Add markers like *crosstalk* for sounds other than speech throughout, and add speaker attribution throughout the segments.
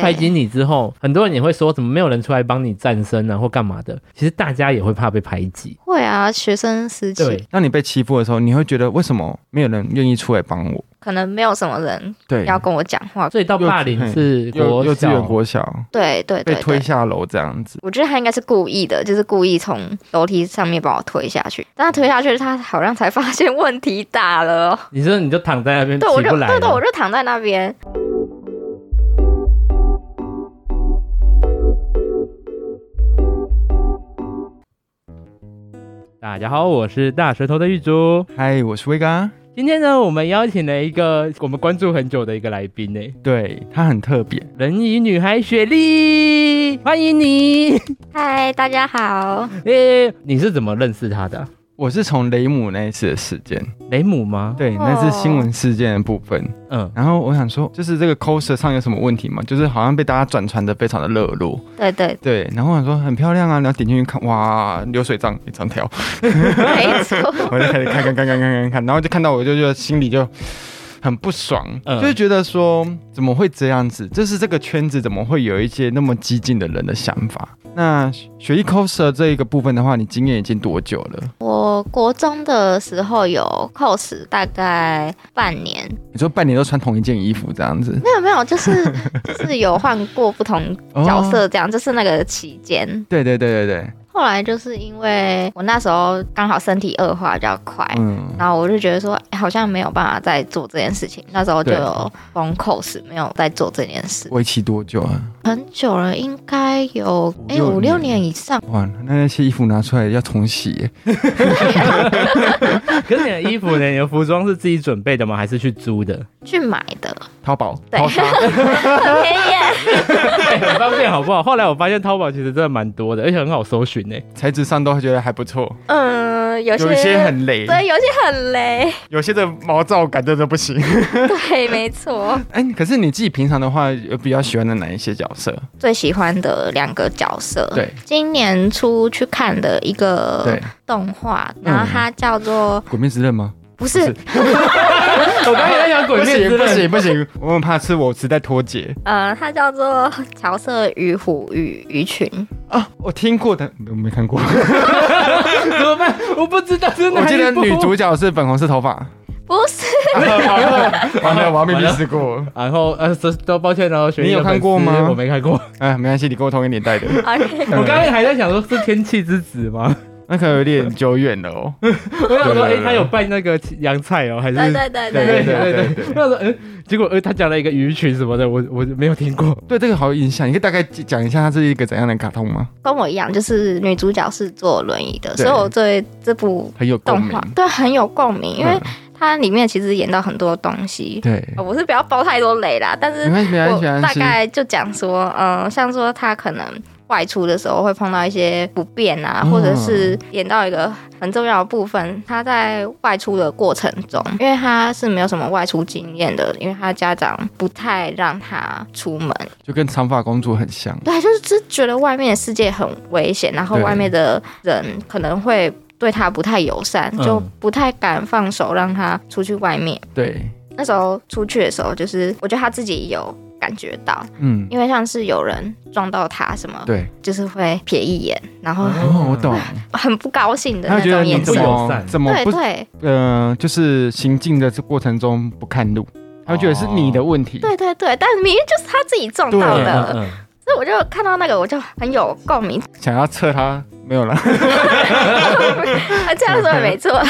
Speaker 1: 排挤你之后，很多人也会说怎么没有人出来帮你站身啊，或干嘛的。其实大家也会怕被排挤。
Speaker 2: 会啊，学生时期
Speaker 1: 对，
Speaker 3: 当你被欺负的时候，你会觉得为什么没有人愿意出来帮我？
Speaker 2: 可能没有什么人
Speaker 3: 对，
Speaker 2: 要跟我讲话。
Speaker 1: 所以到霸凌是
Speaker 3: 幼
Speaker 1: 国
Speaker 3: 幼稚
Speaker 1: 小
Speaker 3: 园、国小
Speaker 2: 对对
Speaker 3: 被
Speaker 2: 对
Speaker 3: 推
Speaker 2: 对，
Speaker 3: 下楼这样子，
Speaker 2: 我觉得他应该是故意的，就是故意从楼梯上面把我推下去。但
Speaker 1: 嗯
Speaker 2: 他推下去，他好像才发现问题大了哦。
Speaker 1: 你说你就躺在那嗯边起
Speaker 2: 对，我就
Speaker 1: 不来
Speaker 2: 对对，我
Speaker 1: 了，
Speaker 2: 就躺在那边。
Speaker 1: 大家好，我是大舌头的玉珠。
Speaker 3: 嗨，我是威哥。啊
Speaker 1: 今天呢，我们邀请了一个我们关注很久的一个来宾呢，
Speaker 3: 对他很特别，
Speaker 1: 人鱼女孩雪莉，欢迎你。 *laughs*
Speaker 2: 嗨，大家好。
Speaker 1: 诶、你是怎么认识她的啊、
Speaker 3: 我是从雷姆那一次的事件，
Speaker 1: 雷姆吗？
Speaker 3: 对，那是新闻事件的部分。
Speaker 1: 嗯，
Speaker 3: 然后我想说，就是这个 coser 上有什么问题吗？就是好像被大家转传的非常的热络，
Speaker 2: 对对，
Speaker 3: 对。然后我想说很漂亮啊，然后点进去看，哇，流水账一张条，
Speaker 1: *laughs*
Speaker 2: 没错。
Speaker 3: 我就开始看看看看看看看，然后就看到我就觉得心里就很不爽，
Speaker 1: 嗯
Speaker 3: 就是觉得说怎么会这样子？就是这个圈子怎么会有一些那么激进的人的想法？那学艺 coser 这一个部分的话，你经验已经多久了？
Speaker 2: 我国中的时候有 cos 大概半年，
Speaker 3: 你说半年都穿同一件衣服这样子？
Speaker 2: 没有没有，就是就是有换过不同角
Speaker 3: 哦
Speaker 2: 色，这样、就是那个期间。
Speaker 3: 对对对对对，
Speaker 2: 后来就是因为我那时候刚好身体恶化比较快，
Speaker 3: 嗯，
Speaker 2: 然后我就觉得说、哎好像没有办法再做这件事情，那时候就
Speaker 3: 对
Speaker 2: 有封 cos，没有再做这件事，
Speaker 3: 为期多久啊？
Speaker 2: 很久了，应该有
Speaker 3: 五
Speaker 2: 哎
Speaker 3: 六
Speaker 2: 五六
Speaker 3: 年
Speaker 2: 年以上。
Speaker 3: 哇，那那些衣服拿出来要重洗耶，
Speaker 1: 可是你的衣服呢？你的服装是自己准备的吗？还是去租的？
Speaker 2: 去买的，
Speaker 3: 淘宝
Speaker 2: 对
Speaker 3: 淘沙，
Speaker 2: *laughs*
Speaker 3: *laughs*
Speaker 2: 很便宜耶，
Speaker 1: 哎很方便，好不好？后来我发现淘宝其实真的蛮多的，而且很好搜
Speaker 3: *laughs*
Speaker 1: 寻呢。
Speaker 3: 材质上都觉得还不错，
Speaker 2: 嗯，有些
Speaker 3: 有一些很雷，
Speaker 2: 对，有些很
Speaker 3: *laughs*
Speaker 2: 雷，
Speaker 3: 有些的毛躁感真的不行。
Speaker 2: 对，没错。
Speaker 3: 哎、可是你自己平常的话，有比较喜欢的哪一些角色？
Speaker 2: 最喜欢的两个角色，
Speaker 3: 对，
Speaker 2: 今年初去看的一个
Speaker 3: 对，
Speaker 2: 动画，然后它叫做、
Speaker 3: 鬼灭之刃吗？
Speaker 2: 不是
Speaker 3: 不
Speaker 1: 我刚才在讲鬼
Speaker 3: 不
Speaker 1: 灭之
Speaker 3: 行不
Speaker 1: 刃，
Speaker 3: 行不行，我很怕吃我实在脱节
Speaker 2: 呃，它叫
Speaker 3: *laughs*
Speaker 2: 做乔瑟与虎与鱼群，
Speaker 3: 啊！我听过的，我没看过。
Speaker 1: 怎么办？我不知道是哪一部
Speaker 3: *laughs* 我记得女主角是粉红色头发。
Speaker 2: 不
Speaker 3: *laughs*
Speaker 2: 是
Speaker 3: 完了完了，我要被逼死过。
Speaker 1: 然后呃，这都抱歉哦，雪莉
Speaker 3: 你有
Speaker 1: 的粉丝
Speaker 3: 看过吗
Speaker 1: 我没看
Speaker 3: *laughs*
Speaker 1: 过。
Speaker 3: 哎，没关系，你跟我同一个年代的，
Speaker 2: ，OK，
Speaker 1: 我刚刚还在想说，是天气之子
Speaker 3: *laughs*
Speaker 1: 吗？
Speaker 3: 那可能有点久远了哦。
Speaker 1: 我想说，
Speaker 3: 对对对
Speaker 1: 哎，他有拌那个洋菜哦，还是
Speaker 2: 对对对对对，
Speaker 3: 对
Speaker 1: 对对
Speaker 3: 对
Speaker 1: 我想说，嗯，结果呃，他讲了一个鱼群什么的，我我没有听过。
Speaker 3: 对这个好有印象，你可以大概讲一下它是一个怎样的卡通吗？
Speaker 2: 跟我一样，就是女主角是坐轮椅的，
Speaker 3: 对
Speaker 2: 所以我对这部
Speaker 3: 很有共
Speaker 2: 动
Speaker 3: 鸣
Speaker 2: 画。对很有共鸣，因为
Speaker 3: 嗯
Speaker 2: 它里面其实演到很多东西。
Speaker 3: 对，
Speaker 2: 哦我是不要包太多雷啦，但是
Speaker 3: 没关系没关系没
Speaker 2: 我
Speaker 3: 关
Speaker 2: 大
Speaker 3: 系。
Speaker 2: 概就讲说，嗯、像说他可能外出的时候会碰到一些不便啊，
Speaker 3: 嗯
Speaker 2: 或者是演到一个很重要的部分，他在外出的过程中，因为他是没有什么外出经验的，因为他家长不太让他出门，
Speaker 3: 就跟长发公主很像。
Speaker 2: 对，就是只觉得外面的世界很危险，然后
Speaker 3: 对
Speaker 2: 外面的人可能会。对他不太友善，
Speaker 1: 嗯
Speaker 2: 就不太敢放手让他出去外面。
Speaker 3: 对，
Speaker 2: 那时候出去的时候，就是我觉得他自己有感觉到，
Speaker 3: 嗯，
Speaker 2: 因为像是有人撞到他什么，
Speaker 3: 对。
Speaker 2: 就是会瞥一眼，然后
Speaker 3: 哦，我懂。
Speaker 2: 很不高兴的
Speaker 3: 他
Speaker 2: 那
Speaker 3: 觉得
Speaker 2: 种
Speaker 3: 你
Speaker 2: 眼
Speaker 3: 怎
Speaker 1: 不
Speaker 2: 神。
Speaker 1: 友
Speaker 3: 么
Speaker 1: 善
Speaker 3: 怎么
Speaker 2: 对
Speaker 3: 不
Speaker 2: 对
Speaker 3: 呃，就是行进的这过程中不看路，他会觉得是你的问题。
Speaker 2: 对对对，但明明就是他自己撞到
Speaker 3: 对啊
Speaker 1: 嗯
Speaker 2: 的，
Speaker 1: 嗯
Speaker 2: 所以我就看到那个我就很有共鸣。 *laughs*
Speaker 3: 想要测他没有了。
Speaker 2: 这样说也没错，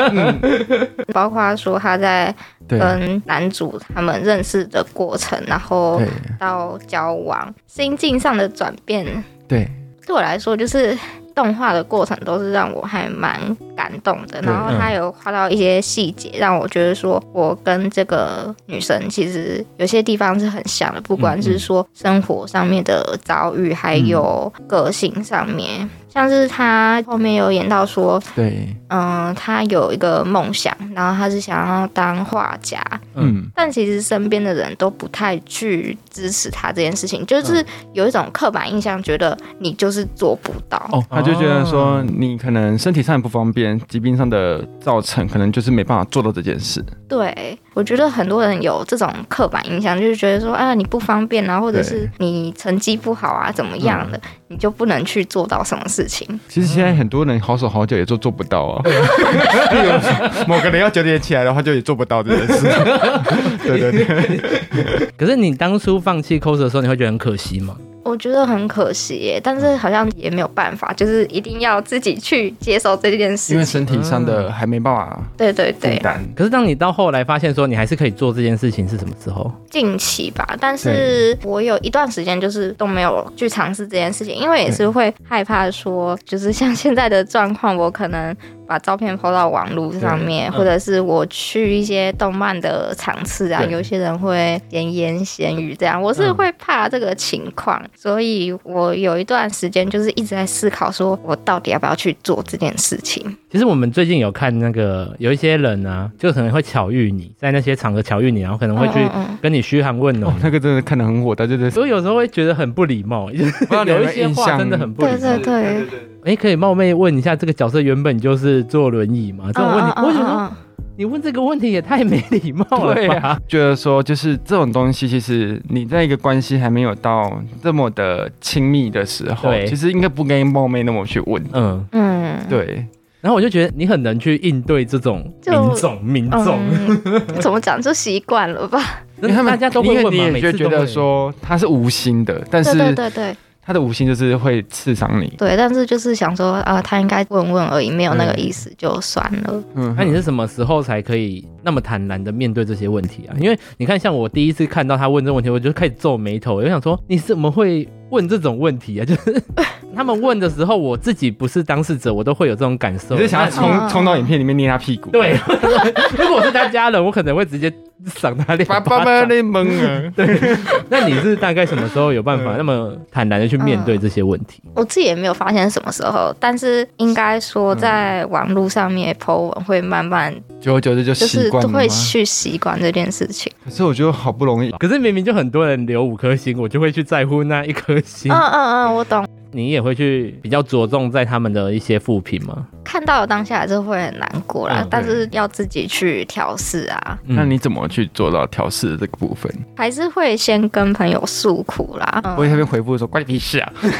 Speaker 2: *laughs* 包括说他在
Speaker 3: *laughs* 嗯对
Speaker 2: 跟男主他们认识的过程，然后
Speaker 3: 对
Speaker 2: 到交往，心境上的转变，
Speaker 3: *laughs* 对
Speaker 2: 对我来说，就是动画的过程都是让我还蛮感动的。
Speaker 3: 对
Speaker 2: 然后他有画到一些细节，让我觉得说我跟这个女生其实有些地方是很像的，不管是说生活上面的遭遇，还有个性上面。像是他后面有演到说，
Speaker 3: 对，
Speaker 2: 嗯、他有一个梦想，然后他是想要当画家，
Speaker 3: 嗯，
Speaker 2: 但其实身边的人都不太去支持他这件事情，
Speaker 3: 嗯
Speaker 2: 就是有一种刻板印象，觉得你就是做不到。
Speaker 3: 哦哦，他就觉得说你可能身体上也不方便，点疾病上的造成，可能就是没办法做到这件事。
Speaker 2: 对，我觉得很多人有这种刻板印象，就是觉得说啊你不方便啊，或者是你成绩不好啊，怎么样
Speaker 3: 嗯
Speaker 2: 的，你就不能去做到什么事情。
Speaker 3: 其实现在很多人好手好脚也都做不到啊。 *laughs* 某个人要九点起来的话，就也做不到这件事。 *laughs* 对对对，
Speaker 1: 可是你当初放弃 cos 的时候，你会觉得很可惜吗？
Speaker 2: 我觉得很可惜耶，但
Speaker 3: 嗯
Speaker 2: 是好像也没有办法，就是一定要自己去接受这件
Speaker 3: 因
Speaker 2: 事
Speaker 3: 为
Speaker 2: 情。
Speaker 3: 身体上的还没办法
Speaker 2: 对对
Speaker 3: 负
Speaker 2: 对，
Speaker 3: 担。
Speaker 1: 可是当你到后来发现说你还是可以做这件事情是什么时候？
Speaker 2: 近期吧，但是我有一段时间就是都没有去尝试这件事情，因为也是会害怕说，就是像现在的状况，我可能把照片抛到网络上面，
Speaker 1: 对嗯
Speaker 2: 或者是我去一些动漫的场次啊，
Speaker 1: 对
Speaker 2: 有些人会闲言闲语这样，我是
Speaker 1: 嗯
Speaker 2: 会怕这个情况，所以我有一段时间就是一直在思考，说我到底要不要去做这件事情。
Speaker 1: 其实我们最近有看那个有一些人啊，就可能会巧遇你，在那些场合巧遇你，然后可能会去
Speaker 2: 嗯嗯嗯
Speaker 1: 跟你嘘寒问暖
Speaker 3: 哦，，那个真的看得很火大，就是
Speaker 1: 所以有时候会觉得很不礼貌，就是
Speaker 3: 不知道你有
Speaker 1: 有一
Speaker 3: 没有
Speaker 1: 些
Speaker 3: 印
Speaker 1: 话
Speaker 3: 象
Speaker 1: 真的很不礼貌
Speaker 2: 对对。对，
Speaker 1: 哎，可以冒昧问一下，这个角色原本就是坐轮椅吗？这种问题，
Speaker 2: 嗯嗯嗯
Speaker 1: 我想
Speaker 2: 嗯
Speaker 1: 说
Speaker 2: 嗯
Speaker 1: 你问这个问题也太没礼貌了
Speaker 3: 对
Speaker 1: 吧？
Speaker 3: 觉得说，就是这种东西，其实你在一个关系还没有到这么的亲密的时候，
Speaker 1: 对
Speaker 3: 其实应该不该冒昧那么去问。
Speaker 1: 嗯，
Speaker 2: 嗯，
Speaker 3: 对，
Speaker 1: 然后我就觉得你很能去应对这种
Speaker 2: 就
Speaker 1: 民众民众，
Speaker 2: *laughs* 嗯、怎么讲就习惯了吧？
Speaker 1: 真的
Speaker 3: 因为他们
Speaker 1: 大家都会问嘛，
Speaker 3: 因为你
Speaker 1: 每
Speaker 3: 也
Speaker 1: 次
Speaker 3: 就
Speaker 1: 都
Speaker 3: 觉得
Speaker 1: 会
Speaker 3: 说他是无心的，但
Speaker 2: 对对
Speaker 3: 是
Speaker 2: 对对
Speaker 3: 他的无心就是会刺伤你。
Speaker 2: 对，但是就是想说啊、他应该问问而已，没有那个意思就算了。
Speaker 3: 嗯
Speaker 1: 那你是什么时候才可以那么坦然的面对这些问题啊？因为你看，像我第一次看到他问这个问题，我就开始皱眉头，我就想说你怎么会问这种问题啊？ *laughs* 就是他们问的时候，我自己不是当事者，我都会有这种感受。
Speaker 3: 你是想要
Speaker 1: 那
Speaker 2: 嗯嗯
Speaker 3: 冲冲到影片里面捏他屁股？，
Speaker 1: 对？ *laughs* 如果我是他家人，我可能会直接赏他两
Speaker 3: *laughs* 爸
Speaker 1: 巴掌
Speaker 3: 爸爸在蒙啊！
Speaker 1: *laughs* 那你是大概什么时候有办法
Speaker 3: *laughs* 嗯
Speaker 1: 那么坦然的去面对这些问题？
Speaker 2: 我自己也没有发现什么时候，但是应该
Speaker 3: 嗯
Speaker 2: 说在网络上面 po 文会慢慢
Speaker 3: 久而久之就
Speaker 2: 就
Speaker 3: 习
Speaker 2: 是
Speaker 3: 惯
Speaker 2: 都
Speaker 3: 了吗
Speaker 2: 会？去习惯这件事情。
Speaker 3: 可是我觉得好不容易，
Speaker 1: 可是明明就很多人留五颗星，我就会去在乎那一颗星。
Speaker 2: 嗯嗯嗯，我懂。
Speaker 1: 你也会去比较着重在他们的一些负评吗？
Speaker 2: 看到当下还是会很难过啦，
Speaker 1: 嗯
Speaker 2: 但是要自己去调试啊，
Speaker 1: 嗯
Speaker 3: 那你怎么去做到调试的这个部分？
Speaker 2: 还是会先跟朋友诉苦啦。嗯
Speaker 3: 我在那边回复说关你屁事啊！
Speaker 2: 嗯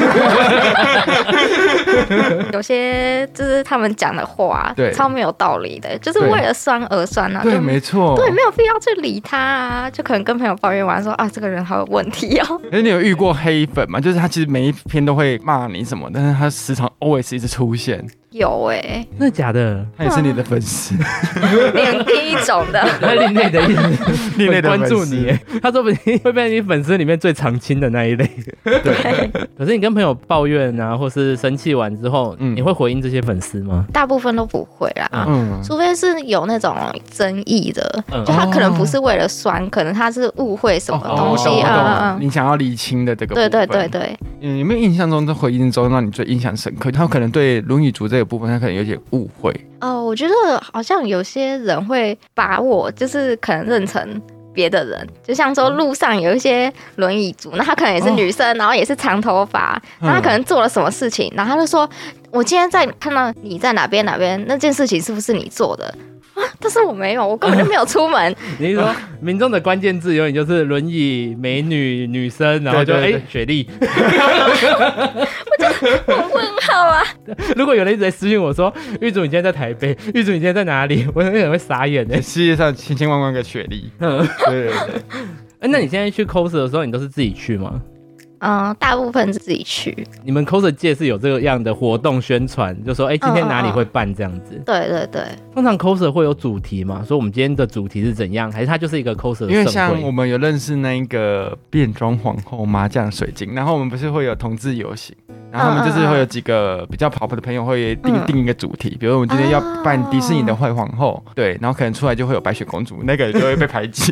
Speaker 2: 有些就是他们讲的话，
Speaker 3: 对
Speaker 2: 超没有道理的，就是
Speaker 3: 对
Speaker 2: 为了酸而酸啊，
Speaker 3: 对，
Speaker 2: 就
Speaker 3: 没错。
Speaker 2: 对，没有必要去理他啊，就可能跟朋友抱怨完说啊，这个人好有问题哦。 *laughs*
Speaker 3: 可是你有遇过黑粉吗？就是他其实每一篇都会骂你什么，但是他时常 always 一直出现，
Speaker 2: 有哎、
Speaker 1: 真的假的？
Speaker 3: 他也是你的粉丝， *laughs*
Speaker 2: 另第一种的，
Speaker 1: 他另类的意思，
Speaker 3: 另类的
Speaker 1: 关
Speaker 3: 粉丝
Speaker 1: 注你，他说不定会被你粉丝里面最常青的那一类。
Speaker 2: 对，
Speaker 1: *laughs* 可是你跟朋友抱怨啊，或是生气完之后，
Speaker 3: 嗯
Speaker 1: 你会回应这些粉丝吗？
Speaker 2: *laughs* 大部分都不会啦。
Speaker 1: 啊
Speaker 3: 嗯，
Speaker 2: 除非是有那种争议的，
Speaker 1: 嗯
Speaker 2: 就他可能不是为了酸，可能他是误会什么
Speaker 1: 哦
Speaker 2: 东
Speaker 3: 我
Speaker 2: 西，
Speaker 3: 懂
Speaker 2: 嗯
Speaker 3: 我
Speaker 2: 嗯嗯，
Speaker 3: 懂，你想要理清的这个，
Speaker 2: 对对对。对，
Speaker 3: 嗯，有没有印象中在回应中让你最印象深刻？他可能对轮椅族这个部分，他可能有点误会，
Speaker 2: 哦，我觉得好像有些人会把我就是可能认成。别的人，就像说路上有一些轮椅族，那她可能也是女生，然后也是长头发，
Speaker 3: 嗯
Speaker 2: 然后她可能做了什么事情，然后她就说：“我今天在看到你在哪边哪边那件事情是不是你做的？”啊，但是我没有，我根本就没有出门。
Speaker 1: 你是说
Speaker 3: 啊
Speaker 1: 民众的关键字永远就是轮椅、美女、女生，然后就哎、
Speaker 3: 对对对
Speaker 1: 雪莉。 *laughs*
Speaker 2: 我问号啊，
Speaker 1: 如果有人一直在私信我说玉主你今天在台北，玉主你今天在哪里，我有点会傻眼哎、
Speaker 3: 世界上千千万万个雪莉，
Speaker 1: 嗯，
Speaker 3: 对对对，
Speaker 1: 哎那你现在去 cos 的时候，你都是自己去吗？
Speaker 2: 嗯，大部分是自己去。
Speaker 1: 你们 cos 界是有这个样的活动宣传，就说哎、今天哪里会办这样子？
Speaker 2: 对对对，
Speaker 1: 通常 coser 会有主题嘛？说我们今天的主题是怎样，还是它就是一个 coser 的盛会？
Speaker 3: 因为像我们有认识那一个变装皇后麻将水晶，然后我们不是会有同志游行，然后他们就是会有几个比较跑步的朋友会定、
Speaker 2: 嗯
Speaker 3: 定一个主题，比如我们今天要办迪士尼的
Speaker 2: 哦
Speaker 3: 坏皇后，对，然后可能出来就会有白雪公主，那个就会被排
Speaker 1: *laughs*
Speaker 3: 挤，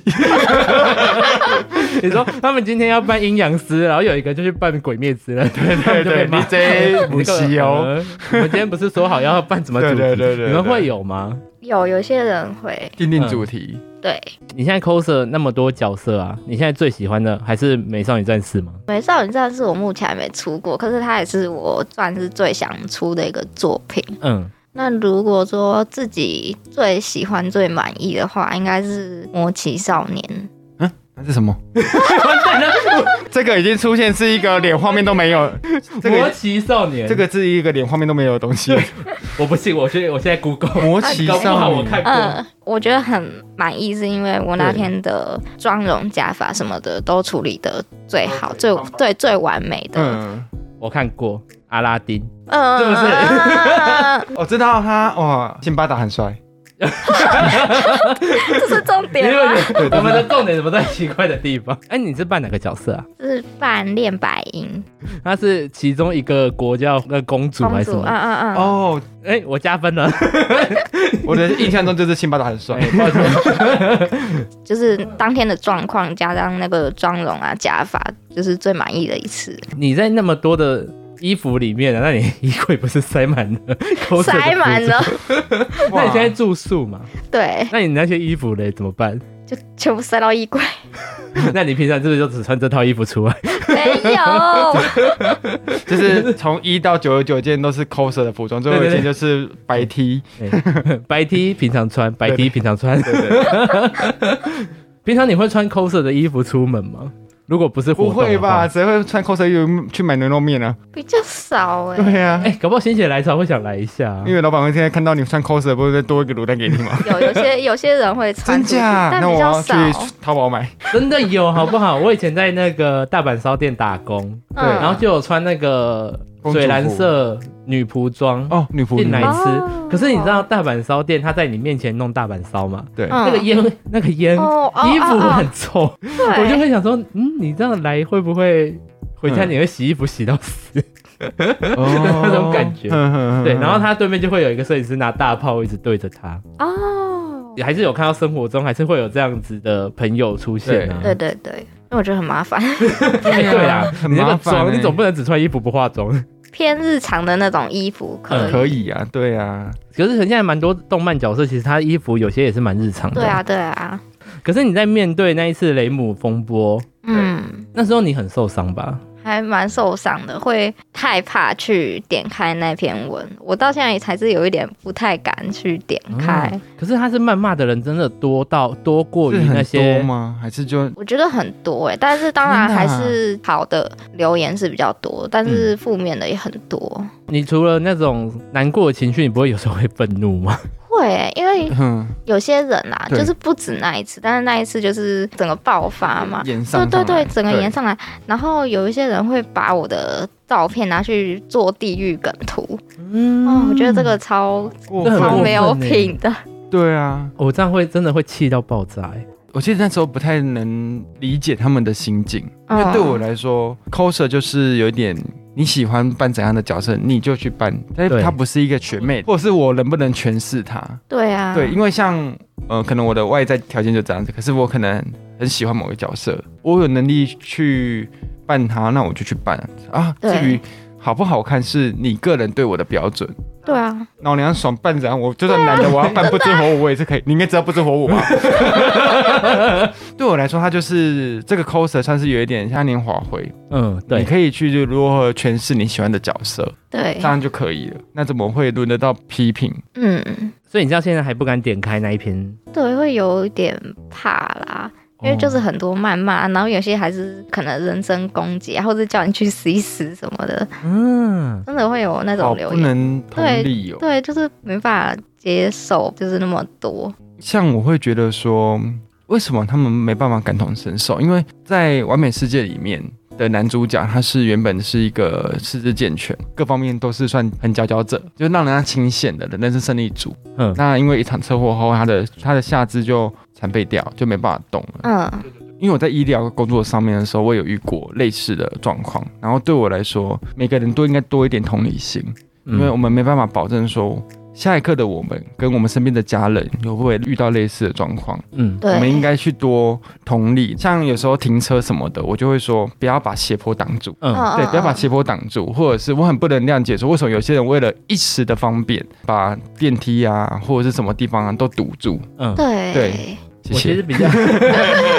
Speaker 1: *laughs* 你说他们今天要扮阴阳师，然后有一个就去扮鬼灭之
Speaker 3: *laughs*
Speaker 1: 刃，对
Speaker 3: 对对，DJ 母西哦，
Speaker 1: 我们今天不是说好要办什
Speaker 3: *laughs*
Speaker 1: 么主题？
Speaker 3: 对对对对对
Speaker 1: 你们会有吗？
Speaker 2: 有有些人会
Speaker 3: 定定主题，
Speaker 2: 对
Speaker 1: 你现在 coser 那么多角色啊，你现在最喜欢的还是美少女战士吗？
Speaker 2: 《美少女战士》我目前还没出过，可是它也是我算是最想出的一个作品。
Speaker 1: 嗯，
Speaker 2: 那如果说自己最喜欢、最满意的话，应该是《魔奇少年》。
Speaker 3: 那是什么？
Speaker 1: 嗯
Speaker 3: 这个已经出现是一个连画面都
Speaker 1: *laughs*
Speaker 3: 没有，这
Speaker 1: 魔
Speaker 3: 个
Speaker 1: 奇少年，
Speaker 3: 这个是一个连画面都没有的东西。
Speaker 1: *laughs* 我不信，我现在我现在 Google，
Speaker 3: 魔奇
Speaker 1: 搞不好
Speaker 3: 少
Speaker 1: 我
Speaker 3: 女，
Speaker 1: 看过。
Speaker 2: 嗯，我觉得很满意，是因为我那天的妆容、假发什么的都处理的最好、最对最完美的。
Speaker 3: 嗯，
Speaker 1: 我看过阿拉丁，
Speaker 2: 嗯，
Speaker 1: 是不是
Speaker 2: 是？
Speaker 3: 我哦知道他哇，辛巴达很帅，
Speaker 2: 这是 *laughs* 重
Speaker 1: 因
Speaker 2: 点
Speaker 1: 为
Speaker 2: 吗？
Speaker 1: 你我们的重点怎么在奇怪的地方？啊哎，你是扮哪个角色啊？
Speaker 2: 是扮练白银
Speaker 1: 她是其中一个国家呃公主还
Speaker 2: 公
Speaker 1: 是什
Speaker 2: 主，嗯
Speaker 1: 么？
Speaker 2: 嗯嗯，
Speaker 3: 哦，
Speaker 1: 哎，我加分了，
Speaker 3: 我的印象中就是辛巴达很帅
Speaker 1: 哎，抱歉
Speaker 2: 就是当天的状况加上那个妆容啊、假发，就是最满意的一次。
Speaker 1: 你在那么多的衣服里面啊，那你衣柜不是塞满
Speaker 2: *laughs*
Speaker 1: 了？口水的
Speaker 2: 塞满 *laughs* 了，
Speaker 1: 服装。那你现在住宿嘛？
Speaker 2: 对，
Speaker 1: 那你那些衣服嘞怎么办？
Speaker 2: 就全部塞到衣柜。
Speaker 1: 那你平常是不是就只穿这套衣服出来？
Speaker 2: 没有， *laughs*
Speaker 3: *laughs* 就是从一到九十九件都是 coser 的服装，最后一件就是白 T，
Speaker 1: 哎 *laughs* 白 T 平常穿，白 T 平常穿。
Speaker 3: 对对对，
Speaker 1: 平常你会穿 coser 的衣服出门吗？如果不是活
Speaker 3: 不
Speaker 1: 动的话
Speaker 3: 会吧？？谁会穿 coser 衣服去买牛肉面啊？
Speaker 2: 比较少哎、
Speaker 3: 对呀、
Speaker 1: 哎、搞不好心血来潮会想来一下、啊
Speaker 3: 因。为老板会现在看到你穿 coser，不会多一个卤蛋给你 *laughs* 吗？
Speaker 2: 有有些有些人会穿
Speaker 3: 真
Speaker 2: 出去，
Speaker 3: 假？
Speaker 2: 但
Speaker 3: 那
Speaker 2: 比
Speaker 3: 我
Speaker 2: 较
Speaker 3: 要去
Speaker 2: 少。
Speaker 3: 淘宝买。
Speaker 1: 真的有好不好？我以前在那个大阪烧店打工，
Speaker 3: 对
Speaker 2: 嗯
Speaker 1: 然后就有穿那个
Speaker 3: 公主服
Speaker 1: 水蓝色女仆装
Speaker 3: 哦，女仆
Speaker 1: 进来
Speaker 3: 女仆
Speaker 1: 吃。
Speaker 2: 哦
Speaker 1: 可是你知道大阪烧店他在你面前弄大阪烧吗？
Speaker 3: 对，
Speaker 2: 嗯
Speaker 1: 那个烟， *laughs* 那个烟，
Speaker 2: 哦哦
Speaker 1: 衣服
Speaker 2: 哦哦哦
Speaker 1: 很臭，
Speaker 2: 对，
Speaker 1: 我就会想说，嗯，你这样来会不会回
Speaker 3: 嗯
Speaker 1: 家你会洗衣服洗到死？
Speaker 3: *laughs* 哦
Speaker 1: 那种感觉
Speaker 3: 哼哼哼
Speaker 1: 对，然后他对面就会有一个摄影师拿大炮一直对着他。
Speaker 2: 哦，
Speaker 1: 也还是有看到生活中还是会有这样子的朋友出现啊。
Speaker 2: 对对对，因为我觉得很麻烦， *laughs*
Speaker 1: 哎对啊，
Speaker 3: 很
Speaker 1: 你那
Speaker 3: 麻
Speaker 1: 个
Speaker 3: 烦
Speaker 1: 妆，
Speaker 3: 欸
Speaker 1: 你总不能只穿衣服不化妆。
Speaker 2: 偏日常的那种衣服可以。
Speaker 1: 嗯
Speaker 3: 可以啊，对啊，
Speaker 1: 可是现在蛮多动漫角色，其实他衣服有些也是蛮日常的。
Speaker 2: 对啊，。对啊，
Speaker 1: 可是你在面对那一次雷姆风波，
Speaker 2: 嗯，
Speaker 1: 那时候你很受伤吧？
Speaker 2: 还蛮受伤的，会害怕去点开那篇文。我到现在也还是有一点不太敢去点开。
Speaker 1: 嗯可是他是谩骂的人真的多到多过于
Speaker 3: 是很
Speaker 1: 那
Speaker 3: 多
Speaker 1: 些。
Speaker 3: 吗？还是就
Speaker 2: 我觉得很多哎、但是当然
Speaker 3: 天哪
Speaker 2: 还是好的留言是比较多，但是
Speaker 3: 嗯
Speaker 2: 负面的也很多。
Speaker 1: 你除了那种难过的情绪，你不会有时候会愤怒吗？
Speaker 2: 会、欸，因为
Speaker 3: 嗯，
Speaker 2: 有些人啊，
Speaker 3: 对
Speaker 2: 就是不止那一次，但是那一次就是整个爆发嘛，
Speaker 3: 延
Speaker 2: 对
Speaker 3: 上
Speaker 2: 对
Speaker 3: 上来
Speaker 2: 对，整个延上来。然后有一些人会把我的照片拿去做地狱梗图，
Speaker 1: 嗯
Speaker 2: 哦，我觉得这个超
Speaker 3: 过
Speaker 1: 这很
Speaker 2: 超
Speaker 1: 过分
Speaker 2: 没有
Speaker 1: 欸
Speaker 2: 品的。
Speaker 3: 对啊，
Speaker 1: 我这样会真的会气到爆炸、欸。
Speaker 3: 我其实那时候不太能理解他们的心境，因
Speaker 2: 嗯
Speaker 3: 为对我来说，coser 就是有点。你喜欢扮怎样的角色，你就去扮，但
Speaker 1: 对
Speaker 3: 是它不是一个全美，或者是我能不能诠释它？
Speaker 2: 对啊，
Speaker 3: 对，因为像呃，可能我的外在条件就这样子，可是我可能很喜欢某个角色，我有能力去扮它，那我就去扮啊。至
Speaker 2: 对
Speaker 3: 于好不好看，是你个人对我的标准。
Speaker 2: 对啊，
Speaker 3: 老娘爽扮然，我就算男的我要扮不知火舞，我也是可以。你应该知道不知火
Speaker 2: *laughs*
Speaker 3: 舞吧？对我来说，他就是这个 coser 算是有一点像年华回，
Speaker 1: 嗯，
Speaker 3: 你
Speaker 1: 对。
Speaker 3: 可以去如何诠释你喜欢的角色，
Speaker 2: 对
Speaker 3: 这，样就可以了。那怎么会轮得到批评？
Speaker 2: 嗯，
Speaker 1: 所以你知道现在还不敢点开那一篇
Speaker 2: 对，会有一点怕啦。因为
Speaker 3: 哦
Speaker 2: 就是很多谩骂，然后有些还是可能人身攻击啊，或者叫你去死一死什么的，
Speaker 1: 嗯，
Speaker 2: 真的会有那
Speaker 3: 好
Speaker 2: 种留
Speaker 3: 哦不
Speaker 2: 言。
Speaker 3: 能同理哦。
Speaker 2: 对，就是没办法接受，就是那么多。
Speaker 3: 像我会觉得说，为什么他们没办法感同身受？因为在完美世界里面的男主角，他是原本是一个四肢健全，各方面都是算很佼佼者，就让人家倾羡的人生胜利组。
Speaker 1: 嗯
Speaker 3: 那因为一场车祸后，他的他的下肢就残废掉，就没办法动了。
Speaker 2: 嗯，
Speaker 3: 因为我在医疗工作上面的时候，我有遇过类似的状况，然后对我来说，每个人都应该多一点同理心。
Speaker 1: 嗯
Speaker 3: 因为我们没办法保证说下一刻的我们跟我们身边的家人有会不会遇到类似的状况，
Speaker 1: 嗯，
Speaker 2: 对，
Speaker 3: 我们应该去多同理。像有时候停车什么的，我就会说不要把斜坡挡住。
Speaker 1: 嗯
Speaker 2: 嗯
Speaker 3: 对，不要把斜坡挡住，或者是我很不能谅解，说为什么有些人为了一时的方便，把电梯啊或者是什么地方啊都堵住。
Speaker 1: 嗯，
Speaker 2: 对
Speaker 3: 对谢
Speaker 1: 我其实
Speaker 3: 谢。
Speaker 1: 比
Speaker 3: *laughs*
Speaker 1: 较，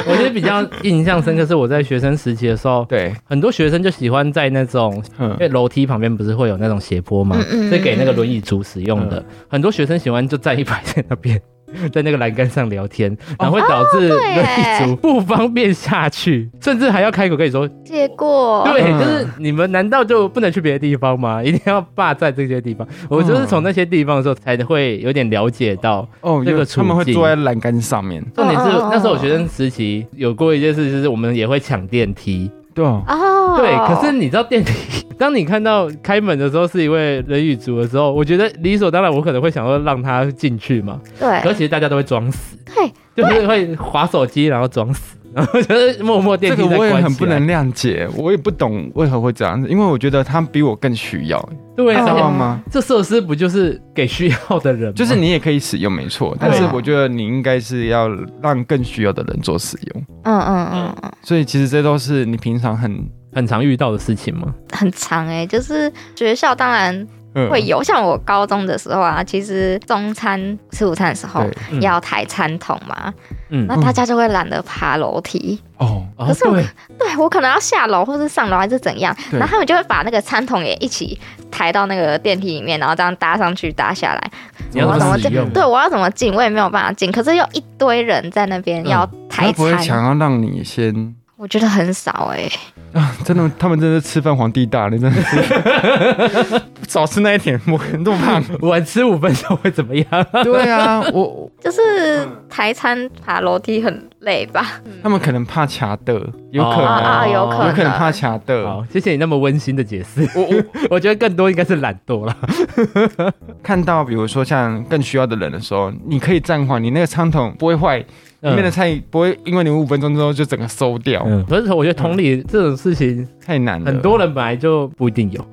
Speaker 1: 我其实比较印象深刻是我在学生时期的时候，
Speaker 3: 对，
Speaker 1: 很多学生就喜欢在那种，
Speaker 3: 嗯
Speaker 1: 因为楼梯旁边不是会有那种斜坡嘛，
Speaker 2: 嗯嗯嗯嗯
Speaker 1: 是给那个轮椅族使用的。很多学生喜欢就站一排在那边， *laughs* 在那个栏杆上聊天，
Speaker 2: 哦
Speaker 1: 然后会导致轮椅族不方便下去，甚至还要开口跟你说，
Speaker 2: 结果
Speaker 1: 对，
Speaker 3: 嗯
Speaker 1: 就是你们难道就不能去别的地方吗？ *laughs* 一定要霸占这些地方？
Speaker 2: 嗯
Speaker 1: 我就是从那些地方的时候才会有点了解到。
Speaker 2: 嗯
Speaker 3: 哦，
Speaker 1: 这个
Speaker 3: 有
Speaker 1: 处
Speaker 3: 他们会
Speaker 1: 境
Speaker 3: 坐在栏杆上面，
Speaker 1: 重点是
Speaker 2: 哦哦哦
Speaker 1: 那时候我学生时期有过一件事，就是我们也会抢电梯。
Speaker 3: 对哦，
Speaker 2: 哦，
Speaker 1: 对，可是你知道电梯， *laughs* 当你看到开门的时候是一位人与族的时候，我觉得理所当然，我可能会想说让他进去嘛。可
Speaker 2: 对
Speaker 1: 是其实大家都会装死，
Speaker 2: 对，
Speaker 1: 就是会划手机然后装死， *laughs* 然后就是默默电
Speaker 3: 这
Speaker 1: 梯
Speaker 3: 个
Speaker 1: 在
Speaker 3: 我也
Speaker 1: 关
Speaker 3: 很
Speaker 1: 起
Speaker 3: 不
Speaker 1: 来。
Speaker 3: 能谅解，我也不懂为何会这样子，因为我觉得他比我更需要，
Speaker 1: 对
Speaker 3: 你知道
Speaker 1: 啊，
Speaker 3: 吗？
Speaker 1: 这设施不就是给需要的人吗？
Speaker 3: 哦就是你也可以使用，没错，但是
Speaker 2: 对啊
Speaker 3: 我觉得你应该是要让更需要的人做使用，
Speaker 2: 嗯嗯嗯嗯，
Speaker 3: 所以其实这都是你平常很
Speaker 1: 很常遇到的事情吗？
Speaker 2: 很长哎、就是学校当然
Speaker 3: 嗯
Speaker 2: 会有，像我高中的时候啊，其实中餐吃午餐的时候
Speaker 3: 对
Speaker 1: 嗯
Speaker 2: 要抬餐桶嘛，
Speaker 1: 嗯，
Speaker 2: 那大家就会懒得爬楼梯，
Speaker 3: 哦，
Speaker 1: 哦
Speaker 2: 啊可是我
Speaker 1: 对，
Speaker 2: 对我可能要下楼或是上楼还是怎样，
Speaker 3: 对
Speaker 2: 然后他们就会把那个餐桶也一起抬到那个电梯里面，然后这样搭上去搭下来。
Speaker 1: 你要
Speaker 2: 我
Speaker 1: 怎
Speaker 2: 怎
Speaker 1: 么
Speaker 2: 么
Speaker 1: 使
Speaker 2: 进
Speaker 1: 用？？
Speaker 2: 对，我要怎么进？我也没有办法进，可是又一堆人在那边
Speaker 1: 嗯
Speaker 2: 要
Speaker 3: 他
Speaker 2: 抬
Speaker 3: 不会啊想
Speaker 2: 餐，
Speaker 3: 要让你先
Speaker 2: 我觉得很少哎、
Speaker 3: 啊，真的，他们真的是吃饭皇帝大，你真的是少吃那一点，我那么胖。
Speaker 1: 晚吃五分钟会怎么样？
Speaker 3: 对啊，我
Speaker 2: 就是抬餐爬楼梯很累吧？
Speaker 3: 他们可能怕卡的，有可
Speaker 2: 啊
Speaker 3: 能，
Speaker 2: 啊，啊有可能，
Speaker 3: 嗯有可能怕卡的。
Speaker 1: 好，谢谢你那么温馨的解释。
Speaker 3: 我我
Speaker 1: *laughs* 我觉得更多应该是懒惰了。
Speaker 3: 看到，比如说像更需要的人的时候，你可以暂缓，你那个餐桶不会坏，里面的哦菜不会因为你五分钟之后就整个馊掉，
Speaker 1: 嗯，可是我觉得同理这种事情，
Speaker 3: 太难了。
Speaker 1: 很多人本来就不一
Speaker 3: *laughs*
Speaker 1: 定有。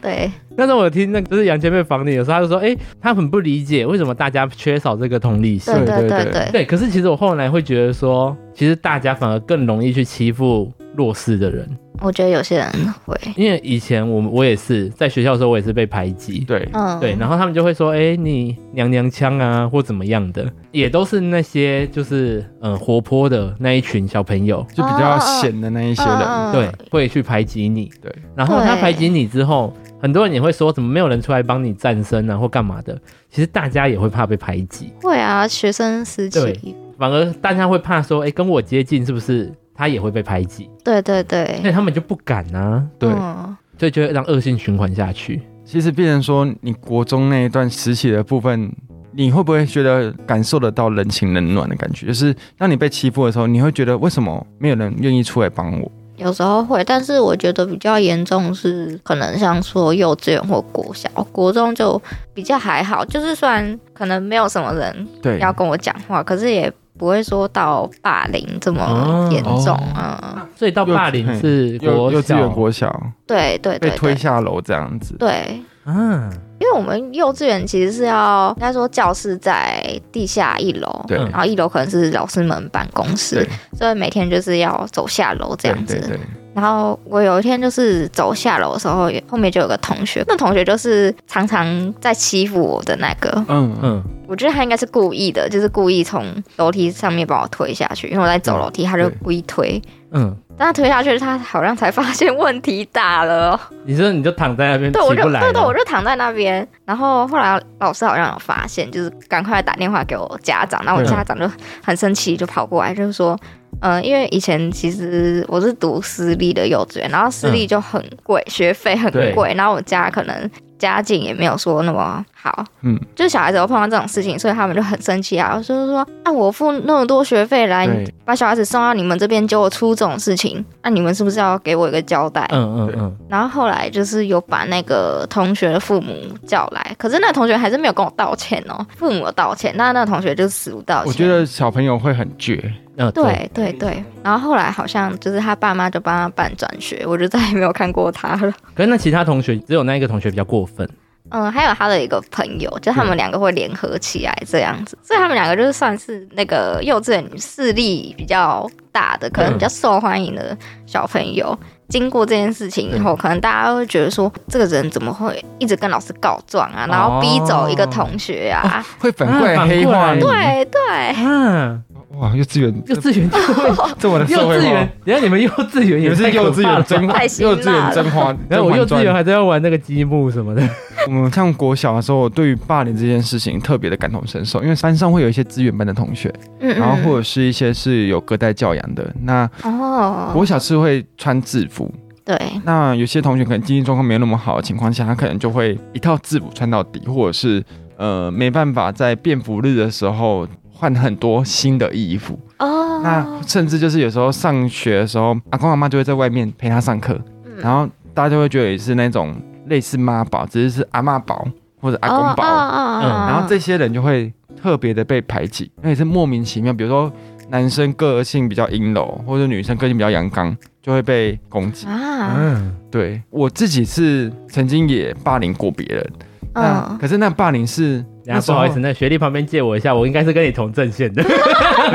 Speaker 2: 对，
Speaker 1: 但是我听那个就是杨千妹访你的时候，他就说，哎、他很不理解为什么大家缺少这个同理心。
Speaker 2: 对
Speaker 3: 对
Speaker 2: 对
Speaker 3: 对
Speaker 2: 对对，
Speaker 1: 对，可是其实我后来会觉得说，其实大家反而更容易去欺负弱势的人，
Speaker 2: 我觉得有些人会，
Speaker 1: 因为以前我我也是在学校的时候，我也是被排挤。
Speaker 3: 对，
Speaker 2: 嗯，
Speaker 1: 对，然后他们就会说，哎、你娘娘腔啊，或怎么样的，也都是那些就是嗯、呃活泼的那一群小朋友，
Speaker 3: 就比较闲的那一些人，
Speaker 2: 嗯
Speaker 1: 对，，会去排挤你。
Speaker 3: 对，
Speaker 1: 然后他
Speaker 2: 对
Speaker 1: 排挤你之后，很多人也会说，怎么没有人出来帮你站身啊，或干嘛的？其实大家也会怕被排挤，
Speaker 2: 会啊，学生时期，
Speaker 1: 反而大家会怕说，哎，跟我接近是不是他也会被排挤？
Speaker 2: 对对对
Speaker 1: 所以他们就不敢啊，
Speaker 3: 对。
Speaker 2: 嗯
Speaker 1: 所以就会让恶性循环下去。
Speaker 3: 其实变成说，你国中那一段实习的部分，你会不会觉得感受得到人情冷暖的感觉？就是当你被欺负的时候，你会觉得为什么没有人愿意出来帮我？
Speaker 2: 有时候会，但是我觉得比较严重是，可能像说幼稚园或国小、国中就比较还好，就是虽然可能没有什么人
Speaker 3: 对，
Speaker 2: 要跟我讲话，可是也不会说到霸凌这么严重，嗯，
Speaker 1: 所以到霸凌是
Speaker 3: 幼
Speaker 1: 国
Speaker 3: 幼稚
Speaker 1: 小
Speaker 3: 园、国小
Speaker 2: 对对
Speaker 3: 被
Speaker 2: 对
Speaker 3: 推
Speaker 2: 对
Speaker 3: 下楼这样子，
Speaker 2: 对。
Speaker 1: 啊，
Speaker 2: 因为我们幼稚园其实是要，应该说教室在地下一楼，
Speaker 3: 对
Speaker 2: 然后一楼可能是老师们办公室
Speaker 3: 对，
Speaker 2: 所以每天就是要走下楼这样子。
Speaker 3: 对对对，
Speaker 2: 然后我有一天就是走下楼的时候，后面就有个同学，那同学就是常常在欺负我的那个，
Speaker 3: 嗯嗯，
Speaker 1: 嗯，
Speaker 2: 我觉得他应该是故意的，就是故意从楼梯上面把我推下去，因为我在走楼梯，他就
Speaker 3: 对
Speaker 2: 故意推。
Speaker 1: 嗯，
Speaker 2: 但他推下去，他好像才发现问题大了。哦
Speaker 1: 你说你就躺在那边
Speaker 2: 对，我
Speaker 1: 起
Speaker 2: 就
Speaker 1: 不来
Speaker 2: 对对，我
Speaker 1: 了，
Speaker 2: 就躺在那边。然后后来老师好像有发现，就是赶快打电话给我家长，然后我
Speaker 3: 对
Speaker 2: 家长就很生气，就跑过来，就是说。嗯，因为以前其实我是读私立的幼稚园，然后私立就很贵，学费很
Speaker 1: 对
Speaker 2: 贵，然后我家可能家境也没有说那么好，
Speaker 3: 嗯，
Speaker 2: 就是小孩子有碰到这种事情，所以他们就很生气啊，就是说啊，我付那么多学费来
Speaker 3: 对
Speaker 2: 把小孩子送到你们这边，结果出这种事情，那你们是不是要给我一个交代？
Speaker 1: 嗯嗯嗯，
Speaker 2: 然后后来就是有把那个同学的父母叫来，可是那个同学还是没有跟我道歉哦，父母有道歉，那那个同学就死不道歉。
Speaker 3: 我觉得小朋友会很倔，
Speaker 1: 嗯，
Speaker 2: 对对对，然后后来好像就是他爸妈就帮他办转学，我就再也没有看过他了。
Speaker 1: 可是那其他同学只有那一个同学比较过分，
Speaker 2: 嗯，还有他的一个朋友，就是
Speaker 3: 嗯
Speaker 2: 他们两个会联合起来这样子，所以他们两个就是算是那个幼稚园势力比较大的，可能比
Speaker 3: 嗯
Speaker 2: 较受欢迎的小朋友。经过这件事情以
Speaker 3: 嗯
Speaker 2: 后，可能大家会觉得说，这个人怎么会一直跟老师告状啊，
Speaker 3: 哦
Speaker 2: 然后逼走一个同学啊？
Speaker 3: 会反过来黑化你，
Speaker 2: *laughs* 对对，
Speaker 1: 啊，
Speaker 3: 哇，幼稚
Speaker 2: 哦
Speaker 3: 园
Speaker 1: 幼稚园就
Speaker 2: *laughs*
Speaker 1: 会，
Speaker 3: 这么的
Speaker 1: 幼
Speaker 3: 社会
Speaker 1: 稚
Speaker 3: 化
Speaker 1: 园，，等一下你们幼稚园
Speaker 3: 你
Speaker 1: 也
Speaker 3: 们
Speaker 1: 太
Speaker 3: 是
Speaker 1: 可
Speaker 3: 幼稚
Speaker 1: 怕了
Speaker 3: 园真
Speaker 1: 吧
Speaker 3: 花，
Speaker 2: 太辛辣
Speaker 3: 幼
Speaker 2: 了
Speaker 3: 稚园真
Speaker 2: *laughs*
Speaker 3: 花，
Speaker 1: 然后
Speaker 3: 甄
Speaker 1: 我
Speaker 3: 嬛
Speaker 1: 幼稚
Speaker 3: 传
Speaker 1: 园还在玩那个积木什么的，
Speaker 3: 我们像国小的时候，我对于霸凌这件事情特别的感同身受，因为班上会有一些资源班的同学，
Speaker 2: 嗯，
Speaker 3: 然后或者是一些是有隔代教养的。那
Speaker 2: 嗯哦，
Speaker 3: 国小是会穿制服，
Speaker 2: 对，
Speaker 3: 那有些同学可能经济状况没有那么好的情况下，他可能就会一套制服穿到底，或者是呃没办法在便服日的时候换很多新的衣服。
Speaker 2: 哦，
Speaker 3: 那甚至就是有时候上学的时候，阿公阿妈就会在外面陪他上课，
Speaker 2: 嗯
Speaker 3: 然后大家就会觉得也是那种类似妈宝，只是是阿妈宝或者阿公宝。
Speaker 2: 哦哦哦哦
Speaker 1: 嗯
Speaker 2: 哦
Speaker 3: 然后这些人就会特别的被排挤，那也是莫名其妙。比如说男生个性比较阴柔，或者女生个性比较阳刚，就会被攻击。
Speaker 2: 啊，
Speaker 1: 嗯，
Speaker 3: 对我自己是曾经也霸凌过别人，那
Speaker 2: 嗯，
Speaker 3: 可是那霸凌是
Speaker 1: 然
Speaker 3: 那
Speaker 1: 后
Speaker 3: 时
Speaker 1: 不
Speaker 3: 候
Speaker 1: 好意思，，那学历旁边借我一下，我应该是跟你同阵线的，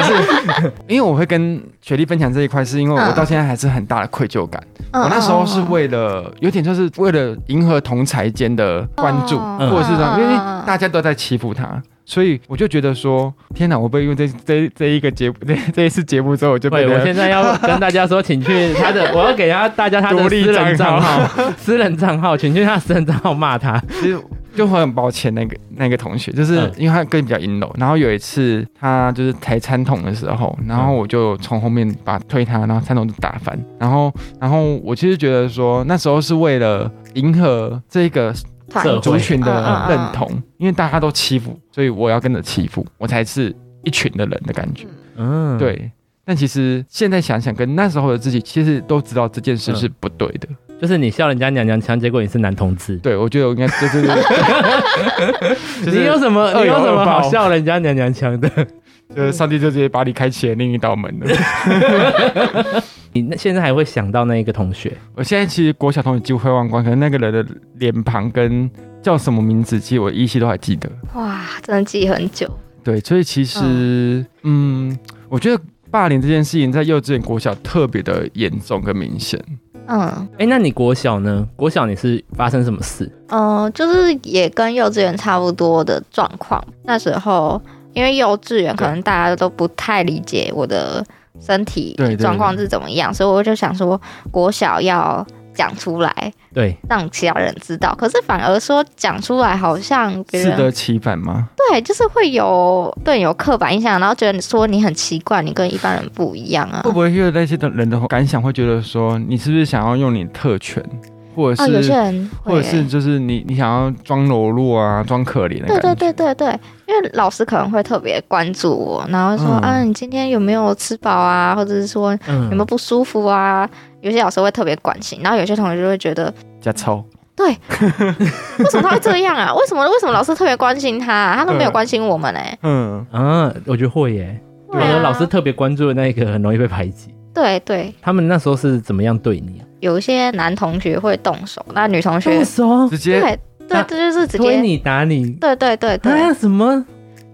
Speaker 3: *laughs* 因为我会跟雪莉分享这一块，是因为我
Speaker 2: 嗯
Speaker 3: 到现在还是很大的愧疚感。
Speaker 2: 嗯
Speaker 3: 我那时候是
Speaker 2: 嗯
Speaker 3: 为了有点就是为了迎合同才间的关注，
Speaker 2: 嗯
Speaker 3: 或者是这样，
Speaker 2: 嗯
Speaker 3: 因为
Speaker 2: 嗯嗯
Speaker 3: 大家都在欺负他。所以我就觉得说，天哪！我被用这这这一个节目，这这一次节目之后，我就被
Speaker 1: 对，我
Speaker 3: 人
Speaker 1: 现在要跟大家说，请去他 *laughs* 的，我要给他大家他的私
Speaker 3: 独立
Speaker 1: 人账
Speaker 3: 账
Speaker 1: 号，私人账号，请去他的私人账号骂他。
Speaker 3: 其实就很抱歉那个那个同学，就是
Speaker 1: 嗯
Speaker 3: 因为他个性比较阴柔，然后有一次他就是抬餐桶的时候，然后我就从后面把他推他，然后餐桶就打翻，然后然后我其实觉得说那时候是为了迎合这个
Speaker 2: 团
Speaker 1: 社
Speaker 3: 族
Speaker 1: 会
Speaker 3: 群的
Speaker 2: 嗯嗯嗯
Speaker 3: 认同，因为大家都欺负，所以我要跟着欺负，我才是一群的人的感觉。
Speaker 1: 嗯，，
Speaker 3: 对，但其实现在想想，跟那时候的自己，其实都知道这件
Speaker 1: 嗯
Speaker 3: 事是不对的。
Speaker 1: 就是你笑人家娘娘腔，结果你是男同志，
Speaker 3: 对，我觉得我应该
Speaker 1: *laughs*
Speaker 3: 就是就是
Speaker 1: 你有什么
Speaker 3: 恶有
Speaker 1: 你有什么
Speaker 3: 恶报
Speaker 1: 哎好笑人家娘娘腔的？
Speaker 3: 就是上帝就直接把你开启了另一道门了。 *laughs*
Speaker 1: 你那现在还会想到那一个同学？
Speaker 3: 我现在其实国小同学几乎会忘光，可能那个人的脸庞跟叫什么名字，其实我依稀都还记得。
Speaker 2: 哇，真的记很久，
Speaker 3: 对，所以其实，嗯我觉得霸凌这件事情在幼稚园、国小特别的严重跟明显。
Speaker 2: 嗯。
Speaker 1: 哎，那你国小呢？国小你是发生什么事？
Speaker 2: 嗯，就是也跟幼稚园差不多的状况。那时候因为幼稚园可能大家都不太理解我的身体
Speaker 3: 对对对
Speaker 2: 状况是怎么样，所以我就想说国小要讲出来，
Speaker 1: 对，
Speaker 2: 让其他人知道。可是反而说讲出来好像别
Speaker 3: 适
Speaker 2: 人
Speaker 3: 得其反吗？
Speaker 2: 对，啊就是会有对你有刻板印象，然后觉得你说你很奇怪，你跟一般人不一样啊
Speaker 3: 会。不会因为那些的人的感想会觉得说，你是不是想要用你的特权，或者
Speaker 2: 啊，有
Speaker 3: 是、
Speaker 2: 些人会、
Speaker 3: 或者是就是你你想要装柔弱啊，装可怜的
Speaker 2: 对
Speaker 3: 感觉？
Speaker 2: 对对对对，因为老师可能会特别关注我，然后说、
Speaker 3: 嗯
Speaker 2: 啊，你今天有没有吃饱啊，或者是说有
Speaker 1: 嗯
Speaker 2: 没有不舒服
Speaker 3: *laughs*
Speaker 2: 啊？有些老师会特别关心，然后有些同学就会觉得，
Speaker 3: 加抽，
Speaker 2: 为什么他会这样啊？为什么为什么老师特别关心他、啊？他都没有关心我们哎、
Speaker 3: 嗯，
Speaker 1: 啊，我觉得会耶。我
Speaker 2: 对啊
Speaker 1: 觉得老师特别关注的那一个很容易被排挤。
Speaker 2: 对对，
Speaker 1: 他们那时候是怎么样对你啊？
Speaker 2: 有一些男同学会动手，那女同学
Speaker 1: 动手
Speaker 3: 嗯直接
Speaker 2: 对对，这就是直
Speaker 1: 推
Speaker 2: 接。
Speaker 1: 你打你
Speaker 2: 对对对对
Speaker 1: 啊，？什么？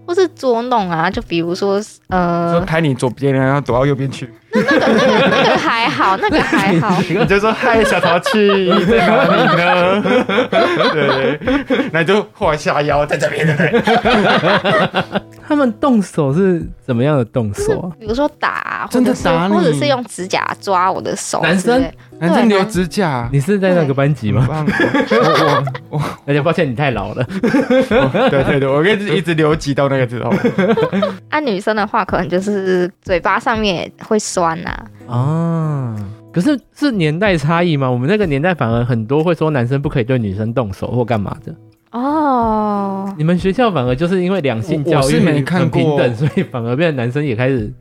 Speaker 2: 或是捉弄啊，就比如说，
Speaker 3: 说
Speaker 2: 呃，
Speaker 3: 拍你左边，然后躲到右边去，
Speaker 2: 那个那个那个还好，那个还好，
Speaker 3: 你就说嗨，小淘气 *laughs* 在哪里呢？ *laughs* 对，那你就晃下腰，在这边，对不对？
Speaker 1: 他们动手是怎么样的动手啊？
Speaker 2: 比如说打啊，
Speaker 3: 真的
Speaker 2: 或者是
Speaker 3: 打你
Speaker 2: 或者是用指甲抓我的手之类。
Speaker 1: 男生
Speaker 3: *laughs* 男生留指甲，
Speaker 1: 你是在那个班级吗
Speaker 3: 很？
Speaker 1: *laughs*
Speaker 3: 棒我我
Speaker 1: 那就抱歉，你太老
Speaker 3: *laughs*
Speaker 1: 了。
Speaker 3: 我， *laughs* 对对对，我跟一直留级到那个之后，
Speaker 2: 按、啊女生的话，可能就是嘴巴上面也会酸呐、
Speaker 1: 啊。可是是年代差异吗？我们那个年代反而很多会说男生不可以对女生动手或干嘛的。
Speaker 2: 哦，
Speaker 1: 你们学校反而就是因为两性教育
Speaker 3: 我我是没看
Speaker 1: 很
Speaker 3: 过
Speaker 1: 平等，所以反而变成男生也开始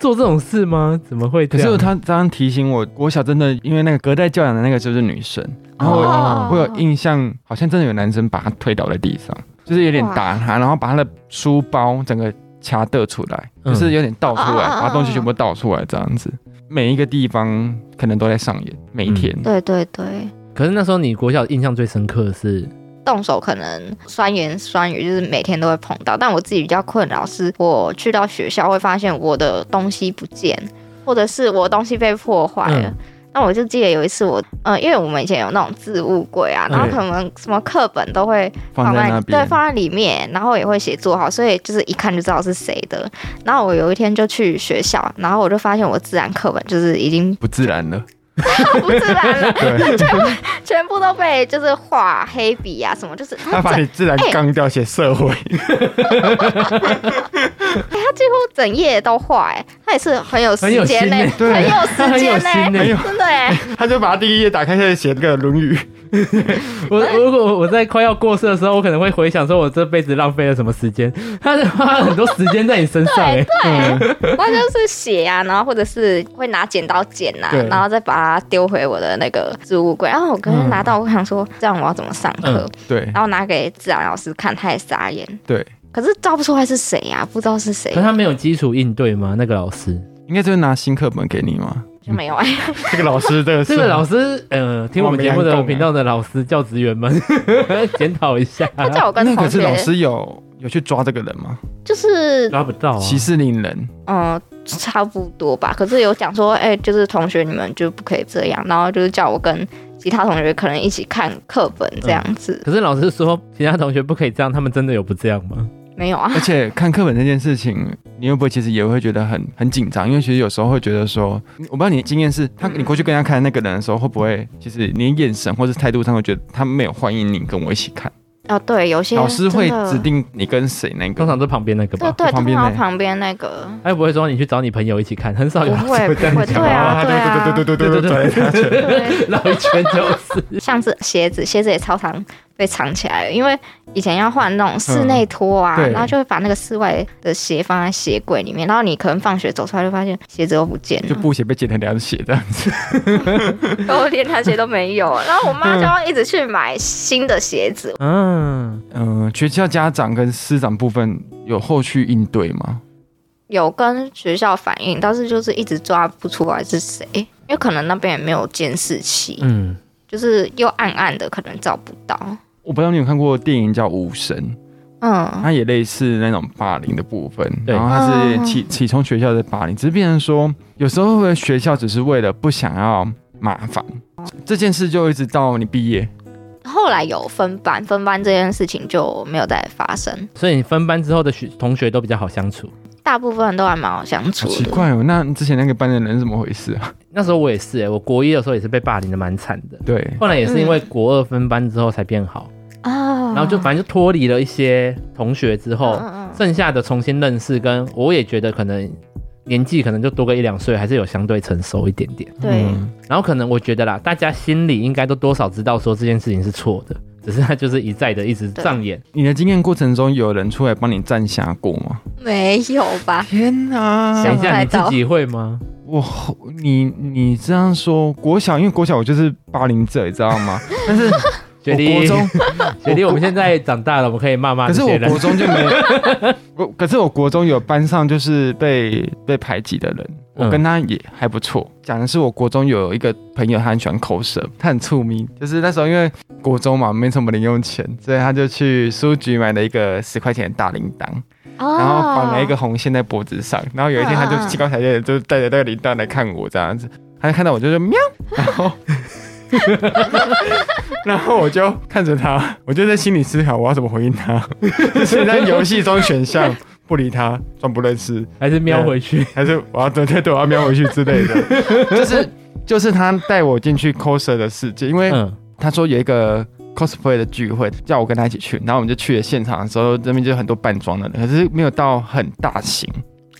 Speaker 1: 做这种事吗？怎么会这
Speaker 3: 可
Speaker 1: 样？
Speaker 3: 是他刚刚提醒我，国小真的因为那个隔代教养的那个就是女生，然后
Speaker 2: 哦
Speaker 3: 我我有印象，好像真的有男生把她推倒在地上，就是有点打她，然后把她的书包整个掐得出来，
Speaker 1: 嗯
Speaker 3: 就是有点倒出来，
Speaker 2: 啊啊啊啊
Speaker 3: 把东西全部倒出来这样子。每一个地方可能都在上演，每一天。
Speaker 2: 对对对，
Speaker 1: 可是那时候你国小印象最深刻的是
Speaker 2: 动手可能酸言酸语，就是每天都会碰到。但我自己比较困扰是，我去到学校会发现我的东西不见，或者是我的东西被破坏了。
Speaker 1: 嗯
Speaker 2: 那我就记得有一次我，呃，因为我们以前有那种置物柜
Speaker 3: 哎
Speaker 2: 啊，然后
Speaker 1: 对
Speaker 2: 可能什么课本都会
Speaker 3: 放在那
Speaker 2: 对
Speaker 3: 边，
Speaker 2: 放在里面，然后也会写作号，所以就是一看就知道是谁的。然后我有一天就去学校，然后我就发现我自然课本就是已经 *laughs*
Speaker 3: 不自然 *laughs* 了。
Speaker 2: 不自然了， *laughs*
Speaker 3: 对，
Speaker 2: 全部都被就是画黑笔啊什么，就是它
Speaker 3: 他把
Speaker 2: 整
Speaker 3: 你自然杠掉写社会，
Speaker 2: 它几乎整页都画，哎，它也是很有时
Speaker 1: 很有
Speaker 2: 间
Speaker 1: 心
Speaker 2: 呢、
Speaker 1: 欸
Speaker 3: 对
Speaker 2: 很有时间呢、
Speaker 1: 很有心欸
Speaker 2: 真的哎、
Speaker 3: 他就把他第一页打开，开始写那个《论语》。
Speaker 1: 我我如果我在快要过世的时候，我可能会回想说，我这辈子浪费了什么时间？他花了很多时间在你身上、欸，
Speaker 2: 我就是写啊，然后或者是会拿剪刀剪啊
Speaker 3: 对，
Speaker 2: 然后再把它丢回我的那个置物柜。然后我刚刚拿到，我想说这样我要怎么上课？
Speaker 3: 对
Speaker 2: 然后拿给自然老师看，他也傻眼。
Speaker 3: 对，
Speaker 2: 可是照不出来是谁呀、不知道是谁
Speaker 1: 可，他没有基础应对吗？那个老师，
Speaker 3: 应该就是拿新课本给你嘛。
Speaker 2: 就没有哎、
Speaker 3: 这个老师，这个
Speaker 1: 这个老师，呃，啊听我们节目的频道的老师、教职员 *laughs* 们检讨一 *laughs* 下，
Speaker 2: 他叫我跟
Speaker 3: 那
Speaker 2: 同
Speaker 3: 可是
Speaker 2: 学
Speaker 3: 老，师有有去抓这个人吗？
Speaker 2: 就是
Speaker 1: 抓不到、啊。
Speaker 3: 息事宁 *laughs* 人，
Speaker 2: 嗯、差不多吧。可是有讲说，哎、就是同学你们就不可以这样，然后就是叫我跟其他同学可能一起看课本这
Speaker 3: 嗯
Speaker 2: 样子，
Speaker 1: 可是老师说其他同学不可以这样，他们真的有不这样吗？
Speaker 2: 没有啊。
Speaker 3: 而且看课本这件事情，你会不会其实也会觉得很很紧张？因为其实有时候会觉得说，我不知道你的经验是，他你过去跟他看那个人的时候，会不会其实你眼神或者态度上会觉得他没有欢迎你跟我一起看？
Speaker 2: 哦，对，有些
Speaker 3: 老师会
Speaker 2: 真的
Speaker 3: 指定你跟谁那
Speaker 1: 通
Speaker 3: 个？
Speaker 1: 常都旁边那个
Speaker 2: 对
Speaker 1: 吧，
Speaker 2: 对，
Speaker 3: 旁
Speaker 2: 通
Speaker 3: 边
Speaker 2: 常
Speaker 3: 那
Speaker 2: 旁边那个
Speaker 1: 他又不会说你去找你朋友一起看，很少有
Speaker 2: 不会不会，对
Speaker 3: *laughs*
Speaker 2: 啊对啊
Speaker 3: 对对对对对对对对对。
Speaker 2: 对，
Speaker 1: 绕一圈就是。
Speaker 2: 像是鞋子，鞋子也超常被藏起来了，因为以前要换那种室内拖啊，
Speaker 3: 嗯对
Speaker 2: 然后就会把那个室外的鞋放在鞋柜里面，然后你可能放学走出来就发现鞋子都不见
Speaker 3: *laughs* 就
Speaker 2: 了，
Speaker 3: 布鞋被剪成两血这样子，
Speaker 2: *laughs* 我连凉鞋都没有，然后我妈就要一直去买新的鞋子，
Speaker 1: *laughs* 嗯，
Speaker 3: 嗯、学校家长跟师长部分有后续应对吗？
Speaker 2: 有跟学校反映，但是就是一直抓不出来是谁，因为可能那边也没有监视器，
Speaker 1: 嗯，
Speaker 2: 就是又暗暗的，可能照不到，
Speaker 3: 我不知道你有看过电影叫《武神》，
Speaker 2: 嗯。
Speaker 3: 它也类似那种霸凌的部分，
Speaker 1: 对
Speaker 3: 然后它是
Speaker 2: 嗯
Speaker 3: 起起从学校的霸凌，只是变成说，有时候会不会学校只是为了不想要麻烦这件事，就一直到你毕业，
Speaker 2: 后来有分班，分班这件事情就没有再发生。
Speaker 1: 所以你分班之后的学同学都比较好相处。
Speaker 2: 大部分都还蛮好相处
Speaker 3: 好
Speaker 2: 的。
Speaker 3: 奇怪哦。那之前那个班的人是怎么回事啊？ *laughs*
Speaker 1: 那时候我也是、欸，我国一的时候也是被霸凌的蛮惨的。
Speaker 3: 对，
Speaker 1: 后来也是因为
Speaker 2: 嗯
Speaker 1: 国二分班之后才变好，
Speaker 2: 啊，
Speaker 1: 然后就反正就脱离了一些同学之后，
Speaker 2: 嗯嗯
Speaker 1: 剩下的重新认识，跟我也觉得可能年纪可能就多个一两岁，还是有相对成熟一点点。
Speaker 2: 对
Speaker 3: 嗯
Speaker 1: 然后可能我觉得啦，大家心里应该都多少知道说这件事情是错的，只是他就是一再的一直障眼。
Speaker 3: 你的经验过程中，有人出来帮你站下过吗？
Speaker 2: 没有吧？
Speaker 3: 天哪
Speaker 1: 想一下
Speaker 2: 想
Speaker 1: 你
Speaker 2: 不
Speaker 1: 自
Speaker 2: 到
Speaker 1: 己会吗？
Speaker 3: 我后你你这样说，国小因为国小我就是霸凌者，你知道吗？ *laughs* 但是
Speaker 1: 学
Speaker 3: 我国
Speaker 1: 弟，
Speaker 3: 中，
Speaker 1: 学弟，我们现在长大了，我们可以骂骂
Speaker 3: 可
Speaker 1: 这
Speaker 3: 是
Speaker 1: 些
Speaker 3: 我
Speaker 1: 人
Speaker 3: 国。中
Speaker 1: *laughs*
Speaker 3: 就没，我可是我国中有班上就是被被排挤的人，我
Speaker 1: 嗯
Speaker 3: 跟他也还不错。讲的是我国中有一个朋友，他很喜欢口舌，他很出名，就是那时候因为国中嘛没什么零用钱，所以他就去书局买了一个十块钱的大铃铛，
Speaker 2: 哦
Speaker 3: 然后绑了一个红线在脖子上，然后有一天他就
Speaker 2: 嗯嗯嗯
Speaker 3: 兴高采烈地就带着那个铃铛来看我这样子，他就看到我就说喵，然后。然后我就看着他，我就在心里思考我要怎么回应他，就是在游戏中选项不理他，装不认识，
Speaker 1: 还是瞄回去，
Speaker 3: 还是我要对对对，我要瞄回去之类的， *laughs* 就是就是他带我进去 coser 的世界，因为
Speaker 1: 嗯，
Speaker 3: 他说有一个 cosplay 的聚会，叫我跟他一起去，然后我们就去了现场的时候，那边就有很多扮装的人，可是没有到很大型，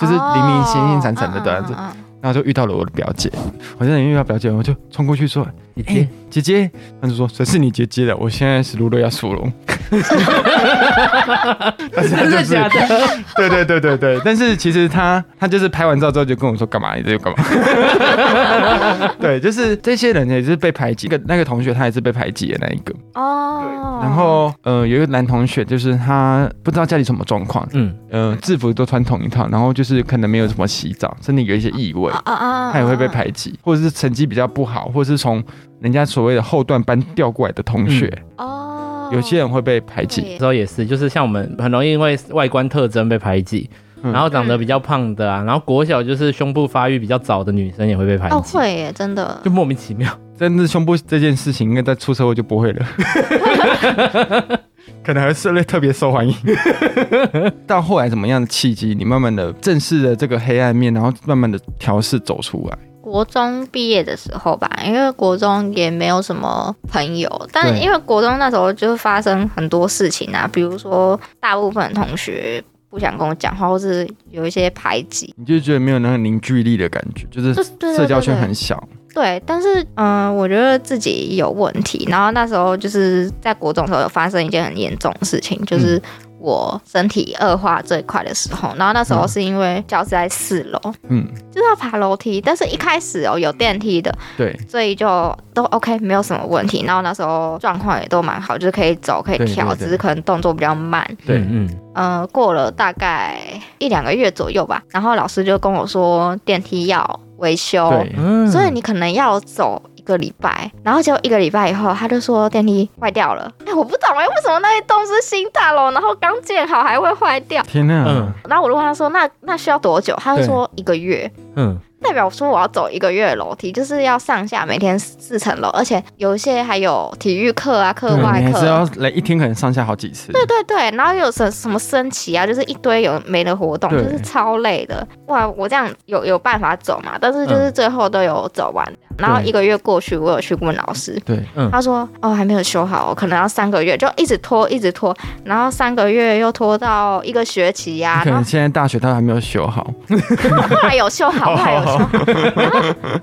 Speaker 3: 就是
Speaker 1: 哦
Speaker 3: 零零星星闪闪的这样子，
Speaker 2: 哦嗯嗯嗯
Speaker 3: 然后就遇到了我的表姐，我在里面遇到表姐，我就冲过去说
Speaker 1: 姐：“
Speaker 3: 哎、
Speaker 1: 姐，
Speaker 3: 姐姐！”她就说：“谁是你姐姐的？我现在是如瑞亚苏龙。” *laughs* 但是她
Speaker 1: 真
Speaker 3: 就
Speaker 1: 的
Speaker 3: 是
Speaker 1: 假的？
Speaker 3: 对对对对对，但是其实他他就是拍完照之后就跟我说干嘛，你这就干嘛。 *laughs* 对，就是这些人也是被排挤，那个那个同学他也是被排挤的那一个。
Speaker 2: 哦，
Speaker 3: 然后呃，有一个男同学，就是他不知道家里什么状况，
Speaker 1: 嗯，
Speaker 3: 呃，制服都穿同一套，然后就是可能没有怎么洗澡，身体有一些异味
Speaker 2: 啊，啊啊，
Speaker 3: 他也会被排挤，或者是成绩比较不好，或者是从人家所谓的后段班调过来的同学，
Speaker 2: 哦，
Speaker 3: 有些人会被排挤。
Speaker 1: 那时候也是，就是像我们很容易因为外观特征被排挤，
Speaker 3: 嗯
Speaker 1: 然后长得比较胖的啊，然后国小就是胸部发育比较早的女生也会被排
Speaker 2: 哦，
Speaker 1: 挤，
Speaker 2: 会耶，真的
Speaker 1: 就。莫名其妙。
Speaker 3: 但是胸部这件事情，应该在出社会就不
Speaker 2: *laughs*
Speaker 3: 会了，可能还是类特别受
Speaker 2: *laughs*
Speaker 3: 欢迎。到后来怎么样的契机，你慢慢的正视了这个黑暗面，然后慢慢的调试走出来。
Speaker 2: 国中毕业的时候吧，因为国中也没有什么朋友，但
Speaker 3: 对
Speaker 2: 因为国中那时候就发生很多事情啊，比如说大部分同学不想跟我讲话，或是有一些排挤，
Speaker 3: 你就觉得没有那个凝聚力的感觉，就是
Speaker 2: 就是对对
Speaker 3: 社交
Speaker 2: 对
Speaker 3: 圈
Speaker 2: 对
Speaker 3: 很小。
Speaker 2: 对，但是嗯、呃我觉得自己有问题。然后那时候就是在国中的时候有发生一件很严重的事情，就是
Speaker 3: 嗯
Speaker 2: 我身体恶化最快的时候。然后那时候是因为教室在四楼，
Speaker 3: 嗯，
Speaker 2: 就是要爬楼梯，但是一开始哦有电梯的，
Speaker 3: 对，
Speaker 2: 所以就都 OK，没有什么问题。然后那时候状况也都蛮好，就是可以走可以
Speaker 3: 对对
Speaker 2: 跳，
Speaker 3: 对
Speaker 2: 只是可能动作比较慢。
Speaker 3: 对
Speaker 1: 嗯，嗯
Speaker 2: 呃，过了大概一两个月左右吧，然后老师就跟我说电梯要维修，
Speaker 3: 对，
Speaker 1: 嗯
Speaker 2: 所以你可能要走一个礼拜，然后结果一个礼拜以后，他就说电梯坏掉了。哎，我不懂哎，为什么那一栋是新大楼，然后刚建好还会坏掉？
Speaker 3: 天哪、
Speaker 1: 嗯
Speaker 2: 然后我就问他说，那那需要多久？他就说一个月。
Speaker 1: 嗯，
Speaker 2: 代表说我要走一个月的楼梯，就是要上下每天四层楼，而且有一些还有体育课啊、课
Speaker 3: 对
Speaker 2: 外
Speaker 3: 嗯你还是要
Speaker 2: 课。
Speaker 3: 来一天可能上下好几次。
Speaker 2: 对对对，然后有什什么升旗啊，就是一堆有没的活动，就
Speaker 3: 对
Speaker 2: 是超累的。哇，我这样有有办法走嘛？但是就是
Speaker 3: 嗯
Speaker 2: 最后都有走完。然后一个月过去，我有去问老师，
Speaker 3: 对
Speaker 1: 嗯
Speaker 2: 他说哦还没有修好，可能要三个月，就一直拖一直拖，然后三个月又拖到一个学期呀、
Speaker 3: *laughs* 你可
Speaker 2: 然
Speaker 3: 能
Speaker 2: 后
Speaker 3: 现在大学他还没有修好，
Speaker 2: 后来有修好，后来有修好。
Speaker 3: 好，
Speaker 2: *laughs*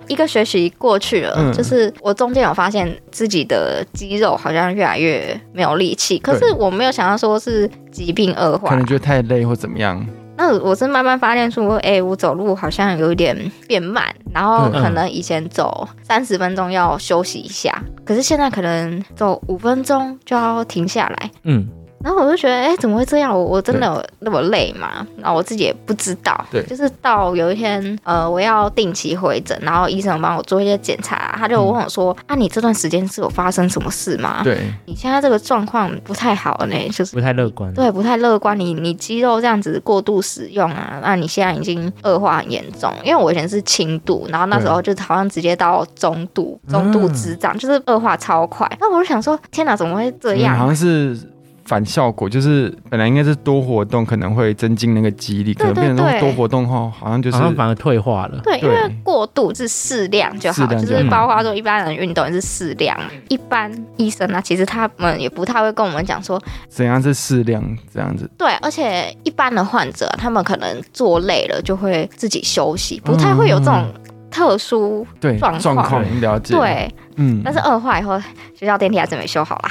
Speaker 2: 一个学期过去了，
Speaker 3: 哦
Speaker 2: *laughs*
Speaker 3: 嗯
Speaker 2: 就是我中间有发现自己的肌肉好像越来越没有力气，可是我没有想到说是疾病恶
Speaker 3: 可
Speaker 2: 化
Speaker 3: 能。觉得太累或怎么样，
Speaker 2: 那我是慢慢发现说，哎、我走路好像有一点变慢，然后
Speaker 3: 嗯
Speaker 2: 可能以前走三十分钟要休息一下，可是现在可能走五分钟就要停下来。
Speaker 1: 嗯，
Speaker 2: 然后我就觉得，哎、怎么会这样？我我真的有那么累吗？然后我自己也不知道。
Speaker 3: 对
Speaker 2: 就是到有一天，呃，我要定期回诊，然后医生帮我做一些检查，他就问我说：“啊，你这段时间是有发生什么事吗？
Speaker 3: 嗯对，
Speaker 2: 你现在这个状况不太好呢，就是。”
Speaker 1: 不太乐
Speaker 3: 嗯
Speaker 1: 观。
Speaker 2: 对，不太乐观。你你肌肉这样子过度使用啊，那你现在已经恶化很严重。因为我以前是轻度，然后那时候就是好像直接到中度，中
Speaker 3: 嗯
Speaker 2: 度之长，就是恶化超快。那我就想说，天哪，怎么会这
Speaker 3: 嗯好
Speaker 2: 样？
Speaker 3: 像是反效果，就是本来应该是多活动可能会增进那个肌力，可能
Speaker 2: 对对
Speaker 3: 变成
Speaker 2: 对
Speaker 3: 多活动后好像就是
Speaker 1: 好像反而退化了。
Speaker 2: 对，因
Speaker 3: 对
Speaker 2: 为过度是适量就好，
Speaker 3: 适量
Speaker 2: 就
Speaker 3: 就是好
Speaker 2: 包括说一般人运动也是适量。一般医生啊，其实他们也不太会跟我们讲说，
Speaker 3: 怎样是适量这样子，
Speaker 2: 对，而且一般的患者啊、他们可能坐累了就会自己休息，不太会
Speaker 3: 嗯
Speaker 2: 有这种特殊、
Speaker 3: 对
Speaker 2: 状况
Speaker 3: 状况了解，，
Speaker 2: 对。
Speaker 3: 嗯
Speaker 2: 但是恶化以后，学校电梯还是没修好啦。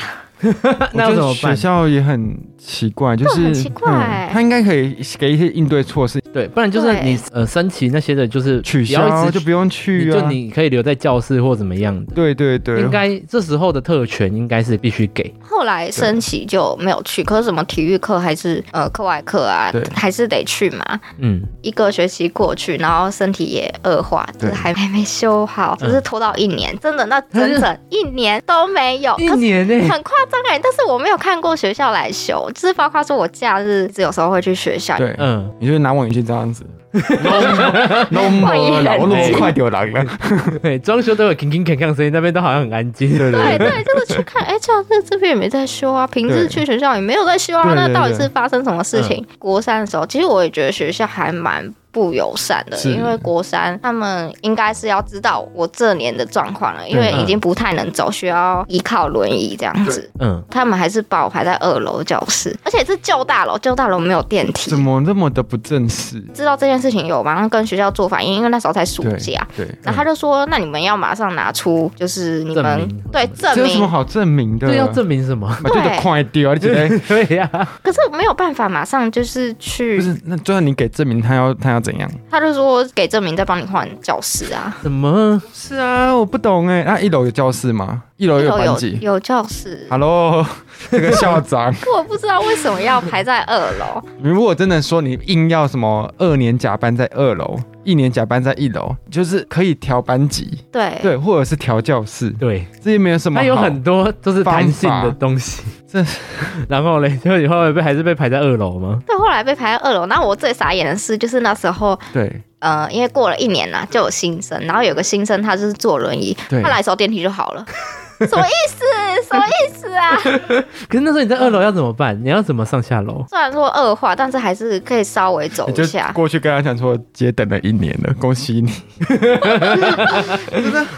Speaker 1: 那要
Speaker 3: 我觉
Speaker 1: 怎
Speaker 3: 得
Speaker 1: 么办
Speaker 3: 学校也很奇怪，就
Speaker 2: 对
Speaker 3: 是
Speaker 2: 很奇怪
Speaker 3: 嗯他应该可以给一些应对措施，
Speaker 1: 对，不然就是
Speaker 2: 对
Speaker 1: 你呃升旗那些的，就是
Speaker 3: 取
Speaker 1: 不要一
Speaker 3: 消
Speaker 1: 直
Speaker 3: 就不用
Speaker 1: 你
Speaker 3: 去
Speaker 1: 就
Speaker 3: 啊。
Speaker 1: 你可以留在教室或怎么样的。
Speaker 3: 对对对，
Speaker 1: 应该这时候的特权应该是必须给，
Speaker 2: 后来升旗就没有去，可是什么体育课还是呃课外课啊
Speaker 3: 对，
Speaker 2: 还是得去嘛。
Speaker 1: 嗯，
Speaker 2: 一个学期过去，然后身体也恶化，就是
Speaker 3: 对
Speaker 2: 还还没修好，
Speaker 1: 嗯
Speaker 2: 就是拖到一年，真的那整
Speaker 3: 哎
Speaker 2: 整一年都没有。
Speaker 1: 一
Speaker 2: 哦可是
Speaker 1: 年呢、
Speaker 2: 很夸张哎，但是我没有看过学校来修，就是包括说我假日有时候会去学校，
Speaker 3: 对，
Speaker 1: 嗯，
Speaker 3: 你就拿望远镜这样子，弄
Speaker 2: *laughs*
Speaker 3: 我老弄快点来
Speaker 1: 啊
Speaker 3: 了，
Speaker 1: 对，装修都有铿铿锵锵声音，那边都好像很安静。
Speaker 3: *laughs* 对
Speaker 2: 对
Speaker 3: 对对，
Speaker 2: 对，就是去看，哎、这样这这边也没在修啊，平日
Speaker 3: 对
Speaker 2: 去学校也没有在修啊，
Speaker 3: 对对
Speaker 2: 那
Speaker 3: 对嗯
Speaker 2: 到底是发生什么事情？国三的时候，其实我也觉得学校还蛮不友善的，
Speaker 3: 是
Speaker 2: 因为国三他们应该是要知道我这年的状况了，因为
Speaker 1: 嗯
Speaker 2: 已经不太能走，需要依靠轮椅这样子。
Speaker 1: 嗯，
Speaker 2: 他们还是把我排在二楼教室，而且是旧大楼，旧大楼没有电梯
Speaker 3: 怎。么那么的不正式？
Speaker 2: 知道这件事情有马上跟学校做反应，因为那时候才暑
Speaker 3: 对嗯
Speaker 2: 假。
Speaker 3: 对，
Speaker 2: 然后他就说：“那你们要马上拿出，就是你
Speaker 1: 证
Speaker 2: 们
Speaker 1: 明
Speaker 2: 对证
Speaker 3: 这有什
Speaker 2: 明
Speaker 3: 么好证明的？
Speaker 1: 这要证明什
Speaker 3: *laughs*
Speaker 1: 么？
Speaker 3: 啊，就得快啊点啊！你觉得
Speaker 1: 对呀、
Speaker 2: 可是没有办法，马上就是
Speaker 3: *laughs* 不
Speaker 2: 去，
Speaker 3: 是？那最后你给证明，他要他要怎样？
Speaker 2: 他就说给证明再帮你换教室啊。
Speaker 1: 怎么？欸
Speaker 3: 是啊，我不懂哎。那一楼有教室吗？一楼
Speaker 2: 一
Speaker 3: 有
Speaker 2: 楼
Speaker 3: 班
Speaker 2: 有
Speaker 3: 级。
Speaker 2: 有教室，
Speaker 3: Hello，这 *laughs* 个校长，
Speaker 2: 我不知道为什么要排在二楼。
Speaker 3: 你如果真的说你硬要什么二年甲班在二楼，一年甲班在一楼，就是可以调班级，
Speaker 2: 对，
Speaker 3: *laughs* 对，或者是调教室，
Speaker 1: 对，
Speaker 3: 这些没有什么
Speaker 1: 它
Speaker 3: 好。
Speaker 1: 有很多就是弹性的东西。
Speaker 3: 这
Speaker 1: *laughs* 然后嘞，就以后会被还是被排在二楼吗？
Speaker 2: 对，后来被排在二楼。然后我最傻眼的是，就是那时候，
Speaker 3: 对
Speaker 2: 呃，因为过了一年啦，就有新生，然后有个新生他就是坐轮椅，
Speaker 3: 对
Speaker 2: 他来的时候电梯就好了。 *laughs* 什么意思？什么意思啊？ *laughs*
Speaker 1: 可是那时候你在二楼要怎么办？你要怎么上下
Speaker 3: *laughs*
Speaker 1: 楼？
Speaker 2: 虽然说恶化，但是还是可以稍微走
Speaker 3: 你
Speaker 2: 一
Speaker 3: 就
Speaker 2: 下。
Speaker 3: 过去跟他讲说，姐等了一年了，恭喜
Speaker 1: *laughs*
Speaker 3: 你。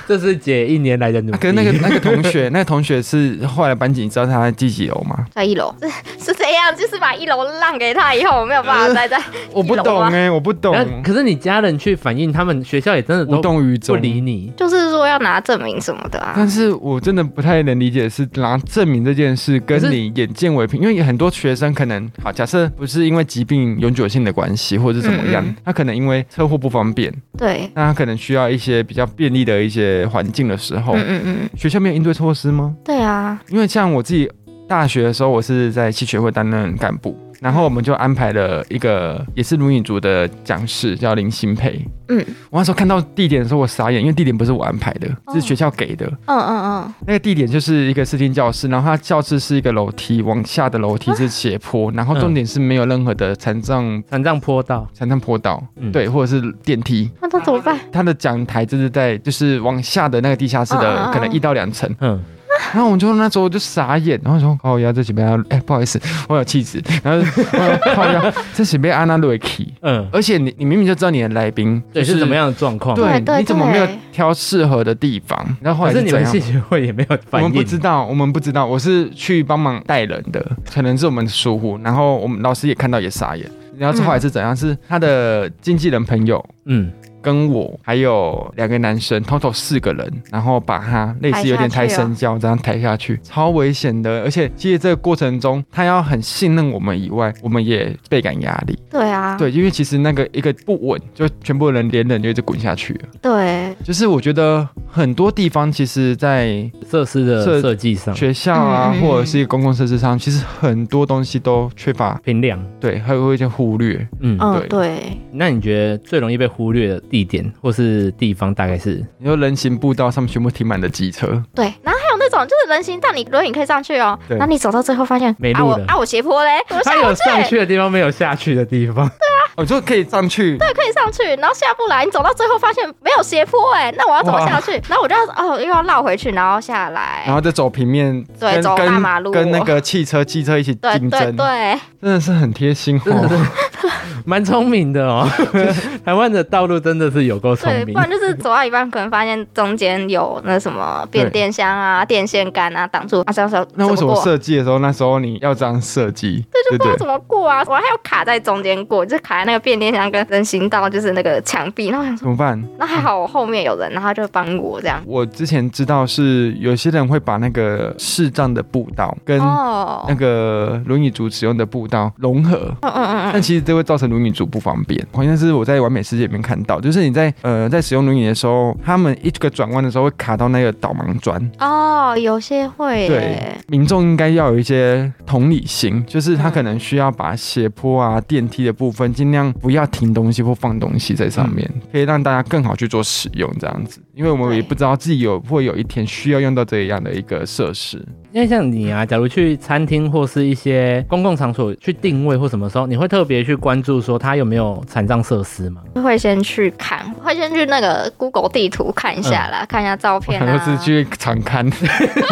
Speaker 1: 这是姐一年来的努力。
Speaker 3: 啊可是
Speaker 1: *laughs*
Speaker 3: 那个那个同学， *laughs* 那个同学是后来班级，你知道他第几楼吗？
Speaker 2: 在一楼 *laughs* 是是这样，就是把一楼让给他以后，我没有办法待在。 *laughs*
Speaker 3: 我不
Speaker 2: 一楼
Speaker 3: 懂
Speaker 2: 吗
Speaker 3: 哎、我不懂，
Speaker 1: 但啊可是你家人去反映，他们学校也真的
Speaker 3: 无
Speaker 1: 都
Speaker 3: 动于
Speaker 1: 不
Speaker 3: 衷。
Speaker 1: 理你。
Speaker 2: 就是说要拿证明什么的啊。
Speaker 3: 但是我真的不太能理解，是拿证明这件事跟
Speaker 1: 可是
Speaker 3: 你眼见为凭，因为很多学生可能好，假设不是因为疾病永久性的关系或者是怎么样，
Speaker 2: 嗯嗯
Speaker 3: 他可能因为车祸不方便，
Speaker 2: 对，
Speaker 3: 那他可能需要一些比较便利的一些环境的时候，
Speaker 2: 嗯嗯嗯，
Speaker 3: 学校没有应对措施吗？
Speaker 2: 对啊，
Speaker 3: 因为像我自己大学的时候，我是在戏学会担任干部，然后我们就安排了一个也是轮椅族的讲师，叫林新培。
Speaker 2: 嗯
Speaker 3: 我那时候看到地点的时候，我傻眼，因为地点不是我安排的，
Speaker 2: 哦
Speaker 3: 是学校给的。
Speaker 2: 嗯嗯
Speaker 3: 那个地点就是一个视听教室，然后它教室是一个楼梯，往下的楼梯是斜坡，然后
Speaker 1: 嗯
Speaker 3: 重点是没有任何的残障
Speaker 1: 残障坡道，
Speaker 3: 残障坡道，
Speaker 1: 嗯
Speaker 3: 对，或者是电梯
Speaker 2: 嗯。，那他怎么办？
Speaker 3: 它的讲台就是在就是往下的那个地下室
Speaker 2: 嗯嗯
Speaker 3: 的
Speaker 2: 嗯
Speaker 3: 可能一到两层，
Speaker 1: 嗯，
Speaker 3: 然后我就那时候我就傻眼，然后说靠腰这几杯，哎、不好意思，我有气质，然后我说靠腰这几杯安娜瑞奇，
Speaker 1: 嗯，
Speaker 3: 而且你你明明就知道你的来宾
Speaker 1: 对，是怎么，样的状况？
Speaker 3: 对，
Speaker 2: 对对
Speaker 3: 你怎么没有
Speaker 2: 对
Speaker 3: 挑适合的地方？然后后
Speaker 1: 可是
Speaker 3: 来是
Speaker 1: 你
Speaker 3: 怎
Speaker 1: 们
Speaker 3: 样
Speaker 1: 系？学会也没有
Speaker 3: 我
Speaker 1: 反
Speaker 3: 们
Speaker 1: 应，
Speaker 3: 不知道，我们不知道，我是去帮忙带人的，可能是我们的疏忽，然后我们老师也看到也傻眼，然后是后来是怎样？是他的经纪人朋友。
Speaker 1: 嗯，
Speaker 3: 跟我还有两个男生，total 四个人，然后把他类似有点抬神教这样抬下去，超危险的。而且其实这个过程中，他要很信任我们以外，我们也倍感压力。
Speaker 2: 对啊，
Speaker 3: 对，因为其实那个一个不稳，就全部人连人就一直滚下去了。
Speaker 2: 对
Speaker 3: 就是我觉得很多地方，其实在
Speaker 1: 设施的
Speaker 3: 设
Speaker 1: 设计上
Speaker 3: 学校啊，
Speaker 2: 嗯
Speaker 3: 或者是一个公共设施上，其实很多东西都缺乏，
Speaker 1: 评量，
Speaker 3: 对，还有一些忽略。
Speaker 1: 嗯，
Speaker 2: 嗯
Speaker 3: 对
Speaker 2: 对，
Speaker 1: 那你觉得最容易被忽略的地点或是地方大概是？
Speaker 3: 你说人行步道上面全部停满了
Speaker 1: *laughs*
Speaker 3: 机车，
Speaker 2: 对，然后还有那种就是人行道，你轮椅可以上去哦。
Speaker 3: 对
Speaker 2: 然后你走到最后发现
Speaker 1: 没
Speaker 2: 啊
Speaker 1: 路
Speaker 2: 我
Speaker 1: 了
Speaker 2: 啊我斜坡
Speaker 3: *laughs*
Speaker 2: 嘞，我下
Speaker 1: 它
Speaker 2: 不
Speaker 1: 有
Speaker 2: 去，
Speaker 1: 上去的地方，没有下去的地方。
Speaker 3: 我哦就可以上去。
Speaker 2: 可以上去，然后下不来，你走到最后发现没有斜坡哎，那我要怎么下去？然后我就要哦又要绕回去，然后下
Speaker 3: 然
Speaker 2: 来。
Speaker 3: 后再走平面，
Speaker 2: 对
Speaker 3: 跟
Speaker 2: 走大马路
Speaker 3: 跟跟那个汽车、机车一起
Speaker 2: 对
Speaker 3: 竞
Speaker 2: 对
Speaker 3: 争，
Speaker 2: 对，
Speaker 3: 真的是很贴心
Speaker 1: 真的
Speaker 3: 哦。
Speaker 1: 是 *laughs* 蛮聪明的哦， *laughs* 台湾的道路真的是有够聪
Speaker 2: 对，
Speaker 1: 明
Speaker 2: 不。然就是走到一半，可能发现中间有那什么变电箱啊、电线杆啊挡住，啊这样说
Speaker 3: *laughs* 那为什
Speaker 2: 怎
Speaker 3: 么
Speaker 2: 么过？
Speaker 3: 设计的时候，那时候你要这样设计？
Speaker 2: 这就
Speaker 3: 对
Speaker 2: 不知道
Speaker 3: 对
Speaker 2: 怎么过啊！我还要卡在中间过，就是卡在那个变电箱跟人行道，就是那个墙壁。然后我想说，
Speaker 3: 怎么办？
Speaker 2: 那还好我后面有人，然后他就帮我这样。
Speaker 3: 我之前知道是有些人会把那个视障的步道跟
Speaker 2: 哦
Speaker 3: 那，个轮椅族使用的步道融合，
Speaker 2: 嗯嗯嗯
Speaker 3: 但其实这会造成轮椅族不方便。好像是我在完美世界里面看到，就是你在呃在使用轮椅的时候，他们一个转弯的时候会卡到那个导盲砖，
Speaker 2: 嗯，哦，有些会
Speaker 3: 对
Speaker 2: 耶，，
Speaker 3: 民众应该要有一些同理心，就是
Speaker 2: 嗯
Speaker 3: 他可能需要把斜坡啊、电梯的部分，尽量不要停东西或放东西在上面，
Speaker 2: 嗯
Speaker 3: 可以让大家更好去做使用这样子。因为我们
Speaker 2: 对
Speaker 3: 也不知道自己有会有一天需要用到这样的一个设施。
Speaker 1: 因为像你啊，假如去餐厅或是一些公共场所去定位或什么时候，你会特别去关注说它有没有残障设施吗？
Speaker 2: 会先去看，会先去那个 Google 地图看一下啦，看一下照
Speaker 3: 嗯我
Speaker 2: 片
Speaker 3: 很多
Speaker 2: 啊
Speaker 3: 次，去常
Speaker 2: *laughs*
Speaker 3: 看，
Speaker 1: *laughs*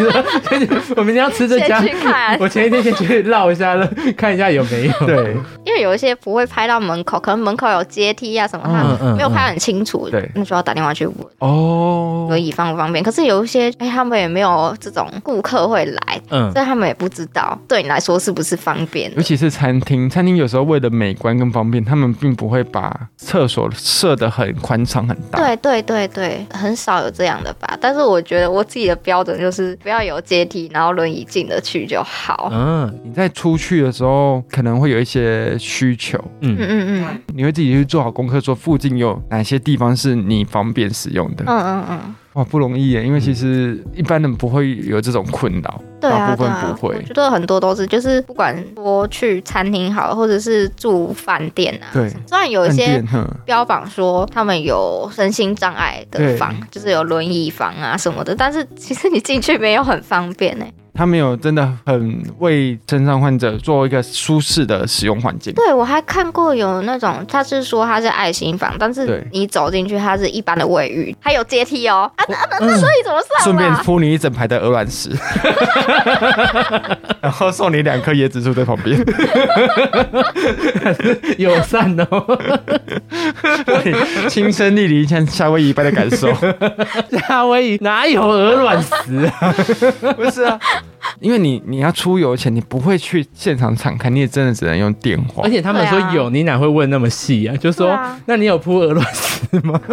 Speaker 1: 我明天要吃这
Speaker 2: 先
Speaker 1: 家，
Speaker 2: 去看，
Speaker 1: 我前一天先去绕一下，看一下有没有。
Speaker 3: 对
Speaker 2: 因为有一些不会拍到门口，可能门口有阶梯啊什么，
Speaker 3: 嗯
Speaker 2: 他没有拍得很清楚，
Speaker 3: 对
Speaker 2: 那就要打电话去问
Speaker 3: 哦
Speaker 2: 轮，椅方不方便。可是有一些，哎，他们也没有这种顾客会来，
Speaker 1: 嗯，
Speaker 2: 所以他们也不知道对你来说是不是方便
Speaker 3: 尤
Speaker 2: 的。
Speaker 3: 其是餐厅，餐厅有时候为了美观跟方便，他们并不会把厕所设得很宽敞很大。
Speaker 2: 对对对对，很少有这样的吧。但是我觉得我自己的标准就是不要有阶梯，然后轮椅进得去就好。
Speaker 1: 嗯
Speaker 3: 你在出去的时候，可能会有一些需求。
Speaker 2: 嗯
Speaker 1: 嗯，
Speaker 2: 嗯嗯
Speaker 3: 你会自己去做好功课，说附近有哪些地方是你方便使用的。
Speaker 2: 嗯嗯嗯，
Speaker 3: 哇，不容易耶，因为其实一般人不会有这种困扰。
Speaker 2: 对啊，
Speaker 3: 大部
Speaker 2: 对
Speaker 3: 分
Speaker 2: 啊，
Speaker 3: 不会
Speaker 2: *laughs* 我觉得很多都是，就是不管说去餐厅好，或者是住饭店啊，
Speaker 3: 对
Speaker 2: 虽然有一
Speaker 3: 饭
Speaker 2: 些
Speaker 3: 店，哼，
Speaker 2: 标榜说他们有身心障碍的
Speaker 3: 对
Speaker 2: 房，就是有轮椅房啊什么的，但是其实你进去没有很方便欸呢、
Speaker 3: 他没有真的很为身障患者做一个舒适的使用环境。
Speaker 2: 对我还看过有那种，他是说他是爱心房，但是
Speaker 3: 对
Speaker 2: 你走进去它是一般的卫浴，还有阶梯哦，啊，
Speaker 1: 嗯
Speaker 2: 那你怎么上
Speaker 3: 顺便
Speaker 2: 啦？
Speaker 3: 敷你一整排的鹅
Speaker 1: *laughs*
Speaker 3: 卵石，然后送你两颗椰子树在旁
Speaker 1: *laughs*
Speaker 3: 边，
Speaker 1: 友善哦。
Speaker 3: 亲身历历像夏威夷般的感
Speaker 1: *laughs*
Speaker 3: 受。
Speaker 1: 夏威夷哪有鹅卵石啊？
Speaker 3: 不是啊，因为你你要出游前，你不会去现场敞开，你也真的只能用电话
Speaker 1: *laughs* 而。且他们说
Speaker 2: 对啊
Speaker 1: 有，你哪会问那么细啊？就说、
Speaker 2: 对啊
Speaker 1: 那你有铺鹅卵石吗？ *laughs*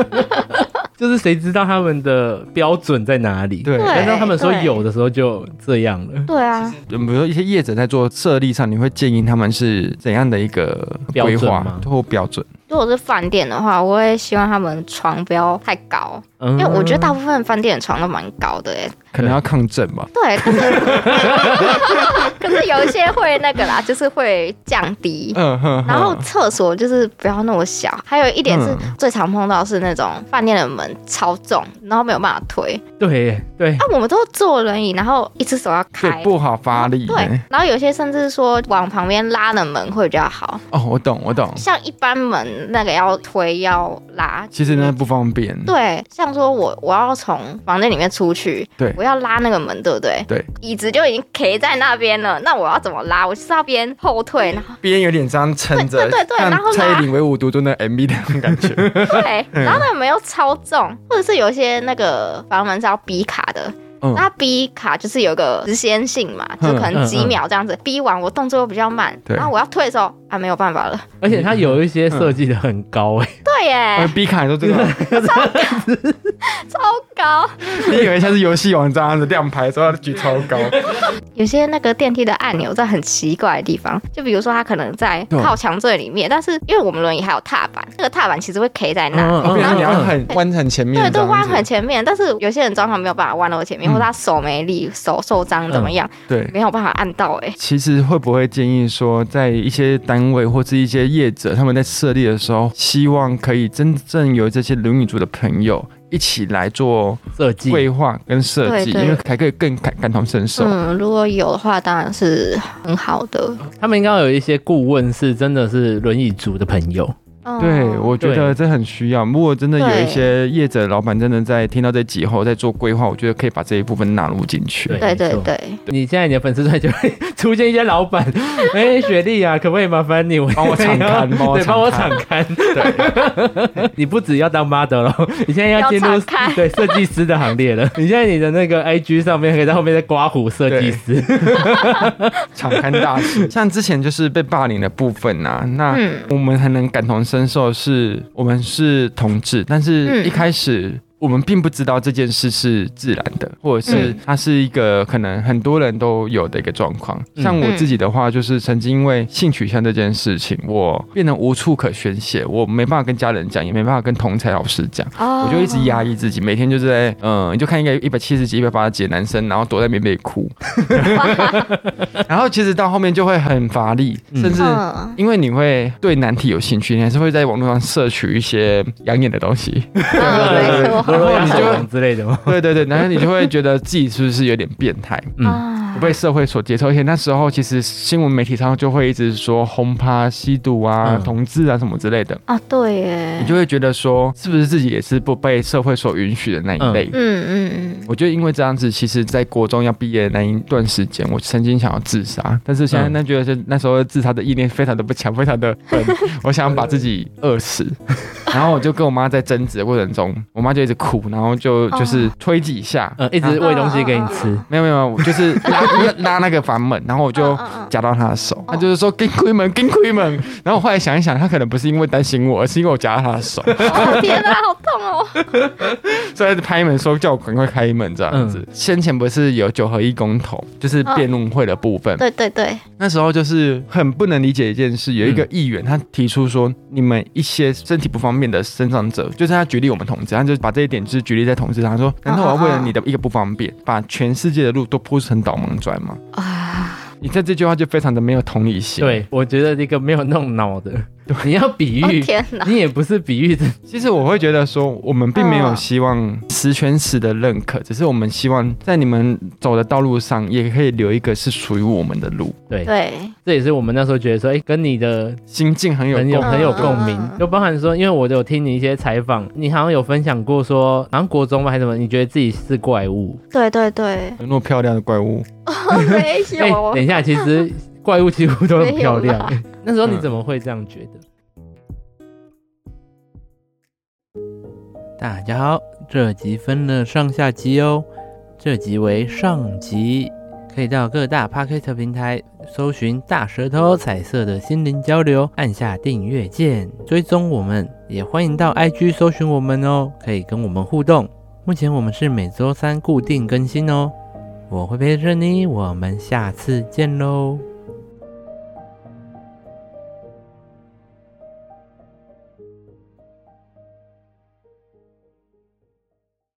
Speaker 1: 就是谁知道他们的标准在哪里？
Speaker 3: 对，
Speaker 1: 但当他们说
Speaker 2: 对
Speaker 1: 有的时候就这样了。
Speaker 2: 对啊，
Speaker 3: 比如说一些业者在做设立上，你会建议他们是怎样的一个
Speaker 1: 标
Speaker 3: 规
Speaker 1: 准
Speaker 3: 划
Speaker 1: 吗
Speaker 3: 或标准？
Speaker 2: 如果是饭店的话，我会希望他们床不要太高，
Speaker 1: 嗯
Speaker 2: 因为我觉得大部分饭店的床都蛮高的哎、
Speaker 3: 可能要抗震吧。
Speaker 2: 对，可
Speaker 3: *laughs*
Speaker 2: 是可是有一些会那个啦，就是会降低。
Speaker 3: 嗯哼哼
Speaker 2: 然后厕所就是不要那么小，还有一点是
Speaker 3: 嗯
Speaker 2: 最常碰到是那种饭店的门超重，然后没有办法推。
Speaker 1: 对对
Speaker 2: 啊，我们都坐轮椅，然后一只手要
Speaker 3: 对
Speaker 2: 开，
Speaker 3: 不好发
Speaker 1: 哦
Speaker 3: 力。欸
Speaker 2: 对，然后有些甚至说往旁边拉的门会比较好，
Speaker 3: 哦，我懂，我懂。
Speaker 2: 像一般门那个要推要拉，
Speaker 3: 其实呢不方便。
Speaker 2: 对，像说我我要从房间里面出去，
Speaker 3: 对
Speaker 2: 我要拉那个门，对不对？
Speaker 3: 对，
Speaker 2: 椅子就已经 K 在那边了，那我要怎么拉？我就是要边后退，然后
Speaker 3: 边有点这样撑着，
Speaker 2: 对对对对
Speaker 3: 像
Speaker 2: 然后拉
Speaker 3: 蔡依林唯我独尊的 MV 的那
Speaker 2: *laughs*
Speaker 3: 种感觉。 *laughs*
Speaker 2: 对，
Speaker 3: 嗯
Speaker 2: 然后那个门又超重，或者是有一些那个房门是要逼卡的，
Speaker 3: 嗯
Speaker 2: 那逼卡就是有个时间性嘛，就可能几秒这样子，逼完我动作又比较慢，
Speaker 3: 嗯对
Speaker 2: 然后我要退的时候啊没有办法了，
Speaker 1: 而且它有一些设计的很高哎、
Speaker 2: 对
Speaker 3: 哎
Speaker 2: 耶，
Speaker 3: ，B 卡都这个，
Speaker 2: 超高，
Speaker 3: 你以为像是游戏王这样子亮牌的时候要举超
Speaker 2: *laughs*
Speaker 3: 高？
Speaker 2: 有些那个电梯的按钮在很奇怪的地方，就比如说它可能在
Speaker 3: 对
Speaker 2: 靠墙最里面，但是因为我们轮椅还有踏板，那个踏板其实会 K 在那。
Speaker 1: *laughs* 嗯
Speaker 3: 哦变成你要
Speaker 1: 嗯
Speaker 3: 很弯很前面
Speaker 2: 对，
Speaker 3: 这样
Speaker 2: 都
Speaker 3: 子，
Speaker 2: 弯很前面，但是有些人装潢没有办法弯到前面，
Speaker 3: 嗯
Speaker 2: 或者他手没力、手受伤怎么样，
Speaker 3: 对。
Speaker 2: 没有办法按到哎、
Speaker 3: 其实会不会建议说，在一些单位或是一些业者，他们在设立的时候，希望可以真正有这些轮椅族的朋友一起来做
Speaker 1: 设计
Speaker 3: 规划跟设计，
Speaker 2: 对对
Speaker 3: 因为才可以更感感同身受。
Speaker 2: 嗯，如果有的话，当然是很好的。
Speaker 1: 他们应该有一些顾问是真的是轮椅族的朋友，
Speaker 2: 嗯、
Speaker 3: 对，我觉得这很需要。如果真的有
Speaker 2: 对
Speaker 3: 一些业者老板真的在听到这集后，在做规划，我觉得可以把这一部分纳入进去。
Speaker 1: 对
Speaker 2: 对对
Speaker 1: 没错
Speaker 2: 对，
Speaker 1: 你现在你的粉丝团就会出现一些老板，哎、雪莉啊，可不可以麻烦你
Speaker 3: 帮我敞开帮我
Speaker 1: 对，帮我敞
Speaker 3: 敞
Speaker 1: 开。
Speaker 3: 对，
Speaker 1: *laughs* 你不只要当 model 了， *laughs* 你现在要进入
Speaker 2: 要敞开
Speaker 1: *laughs* 对设计师的行列了。你现在你的那个 IG 上面可以在后面再刮胡设计师，
Speaker 3: 敞开大使。 *laughs* 像之前就是被霸凌的部分啊，那
Speaker 2: 嗯，
Speaker 3: 我们还能感同身受是，我们是同志，但是
Speaker 2: 嗯
Speaker 3: 一开始。我们并不知道这件事是自然的，或者是
Speaker 2: 嗯
Speaker 3: 它是一个可能很多人都有的一个状况。
Speaker 1: 嗯
Speaker 3: 像我自己的话，就是曾经因为性取向这件事情，我变得无处可宣泄，我没办法跟家人讲，也没办法跟同才老师讲。
Speaker 2: 哦
Speaker 3: 我就一
Speaker 1: 嗯
Speaker 3: 直压抑自己，每天就是在，嗯，你就看一个一百七十几、一百八十几的男生，然后躲在棉被哭， *laughs* 然后其实到后面就会很乏力，
Speaker 1: 嗯
Speaker 3: 甚至
Speaker 2: 嗯，
Speaker 3: 因为你会对难题有兴趣，你还是会在网络上摄取一些养眼的东西， *laughs*
Speaker 2: *laughs*
Speaker 1: *laughs*
Speaker 2: 嗯没错
Speaker 1: 罗罗亚
Speaker 3: 你就
Speaker 1: 手之类的吗？
Speaker 3: 对对对，然后你就会觉得自己是不是有点变态，
Speaker 1: 嗯，
Speaker 2: 啊
Speaker 3: 不，被社会所接受，而且那时候其实新闻媒体上就会一直说轰趴、吸毒啊、
Speaker 1: 嗯
Speaker 3: 同志啊什么之类的。
Speaker 2: 啊，对耶
Speaker 3: 你，就会觉得说，是不是自己也是不被社会所允许的那一类？
Speaker 2: 嗯 *laughs* 嗯
Speaker 3: 我觉得因为这样子，其实在国中要毕业的那一段时间，我曾经想要自杀，但是现在
Speaker 1: 嗯
Speaker 3: 那觉得是那时候自杀的意念非常的不强，非常的笨，我想把自己饿死。然后我就跟我妈在争执的过程中，我妈就一直哭，然后就就是推几下，
Speaker 1: 呃
Speaker 3: 嗯
Speaker 1: 呃，一直喂东西给你吃，
Speaker 3: 没有没有，我就是拉因为拉那个房门，然后我就
Speaker 2: 嗯嗯嗯
Speaker 3: 夹到他的手，他就是说跟开门，跟开门。然后我后来想一想，他可能不是因为担心我，而是因为我夹到他的手，
Speaker 2: 哦天啊，好痛哦！
Speaker 3: 所以他就拍门说叫我赶快开门这样子。先前不是有九合一公投，就是辩论会的部分，
Speaker 2: 对对对，
Speaker 3: 那时候就是很不能理解一件事，有一个议员他提出说，你们一些身体不方便的生长者，就是他举例我们同志，他就把这一点就是举例在同志上，他说，难道我要为了你的一个不方便，把全世界的路都铺成导盲砖吗？
Speaker 2: 啊，
Speaker 3: 你在这句话就非常的没有同理心。，
Speaker 1: 对，我觉得这个没有弄脑的， *laughs* 你要比
Speaker 2: 哦
Speaker 1: 喻，
Speaker 2: 天哪，
Speaker 1: 你也不是比喻的，
Speaker 3: 其实我会觉得说，我们并没有
Speaker 2: 嗯
Speaker 3: 希望十全十的认可，只是我们希望在你们走的道路上，也可以留一个是属于我们的路。
Speaker 1: 对，
Speaker 2: 对，
Speaker 1: 这也是我们那时候觉得说，哎，跟你的
Speaker 3: 心境很有
Speaker 1: 很有
Speaker 3: 共鸣
Speaker 1: 很有共鸣
Speaker 2: 嗯，
Speaker 1: 就包含说，因为我有听你一些采访，你好像有分享过说，好像国中吧还是什么，你觉得自己是怪物？
Speaker 2: 对对对，
Speaker 3: 那么漂亮的怪物，
Speaker 2: 没
Speaker 1: 哎，
Speaker 2: 有啊
Speaker 1: 等一下，其实怪物几乎都很漂亮嗯
Speaker 2: 没。
Speaker 1: *laughs* 那时候你怎么会这样觉得？大家好，这集分了上下集哦，这集为上集，可以到各大 p o c k e t 平台搜寻“大舌头彩色的心灵交流”，按下订阅键追踪我们，也欢迎到 IG 搜寻我们哦，可以跟我们互动。目前我们是每周三固定更新哦，我会陪着你，我们下次见喽。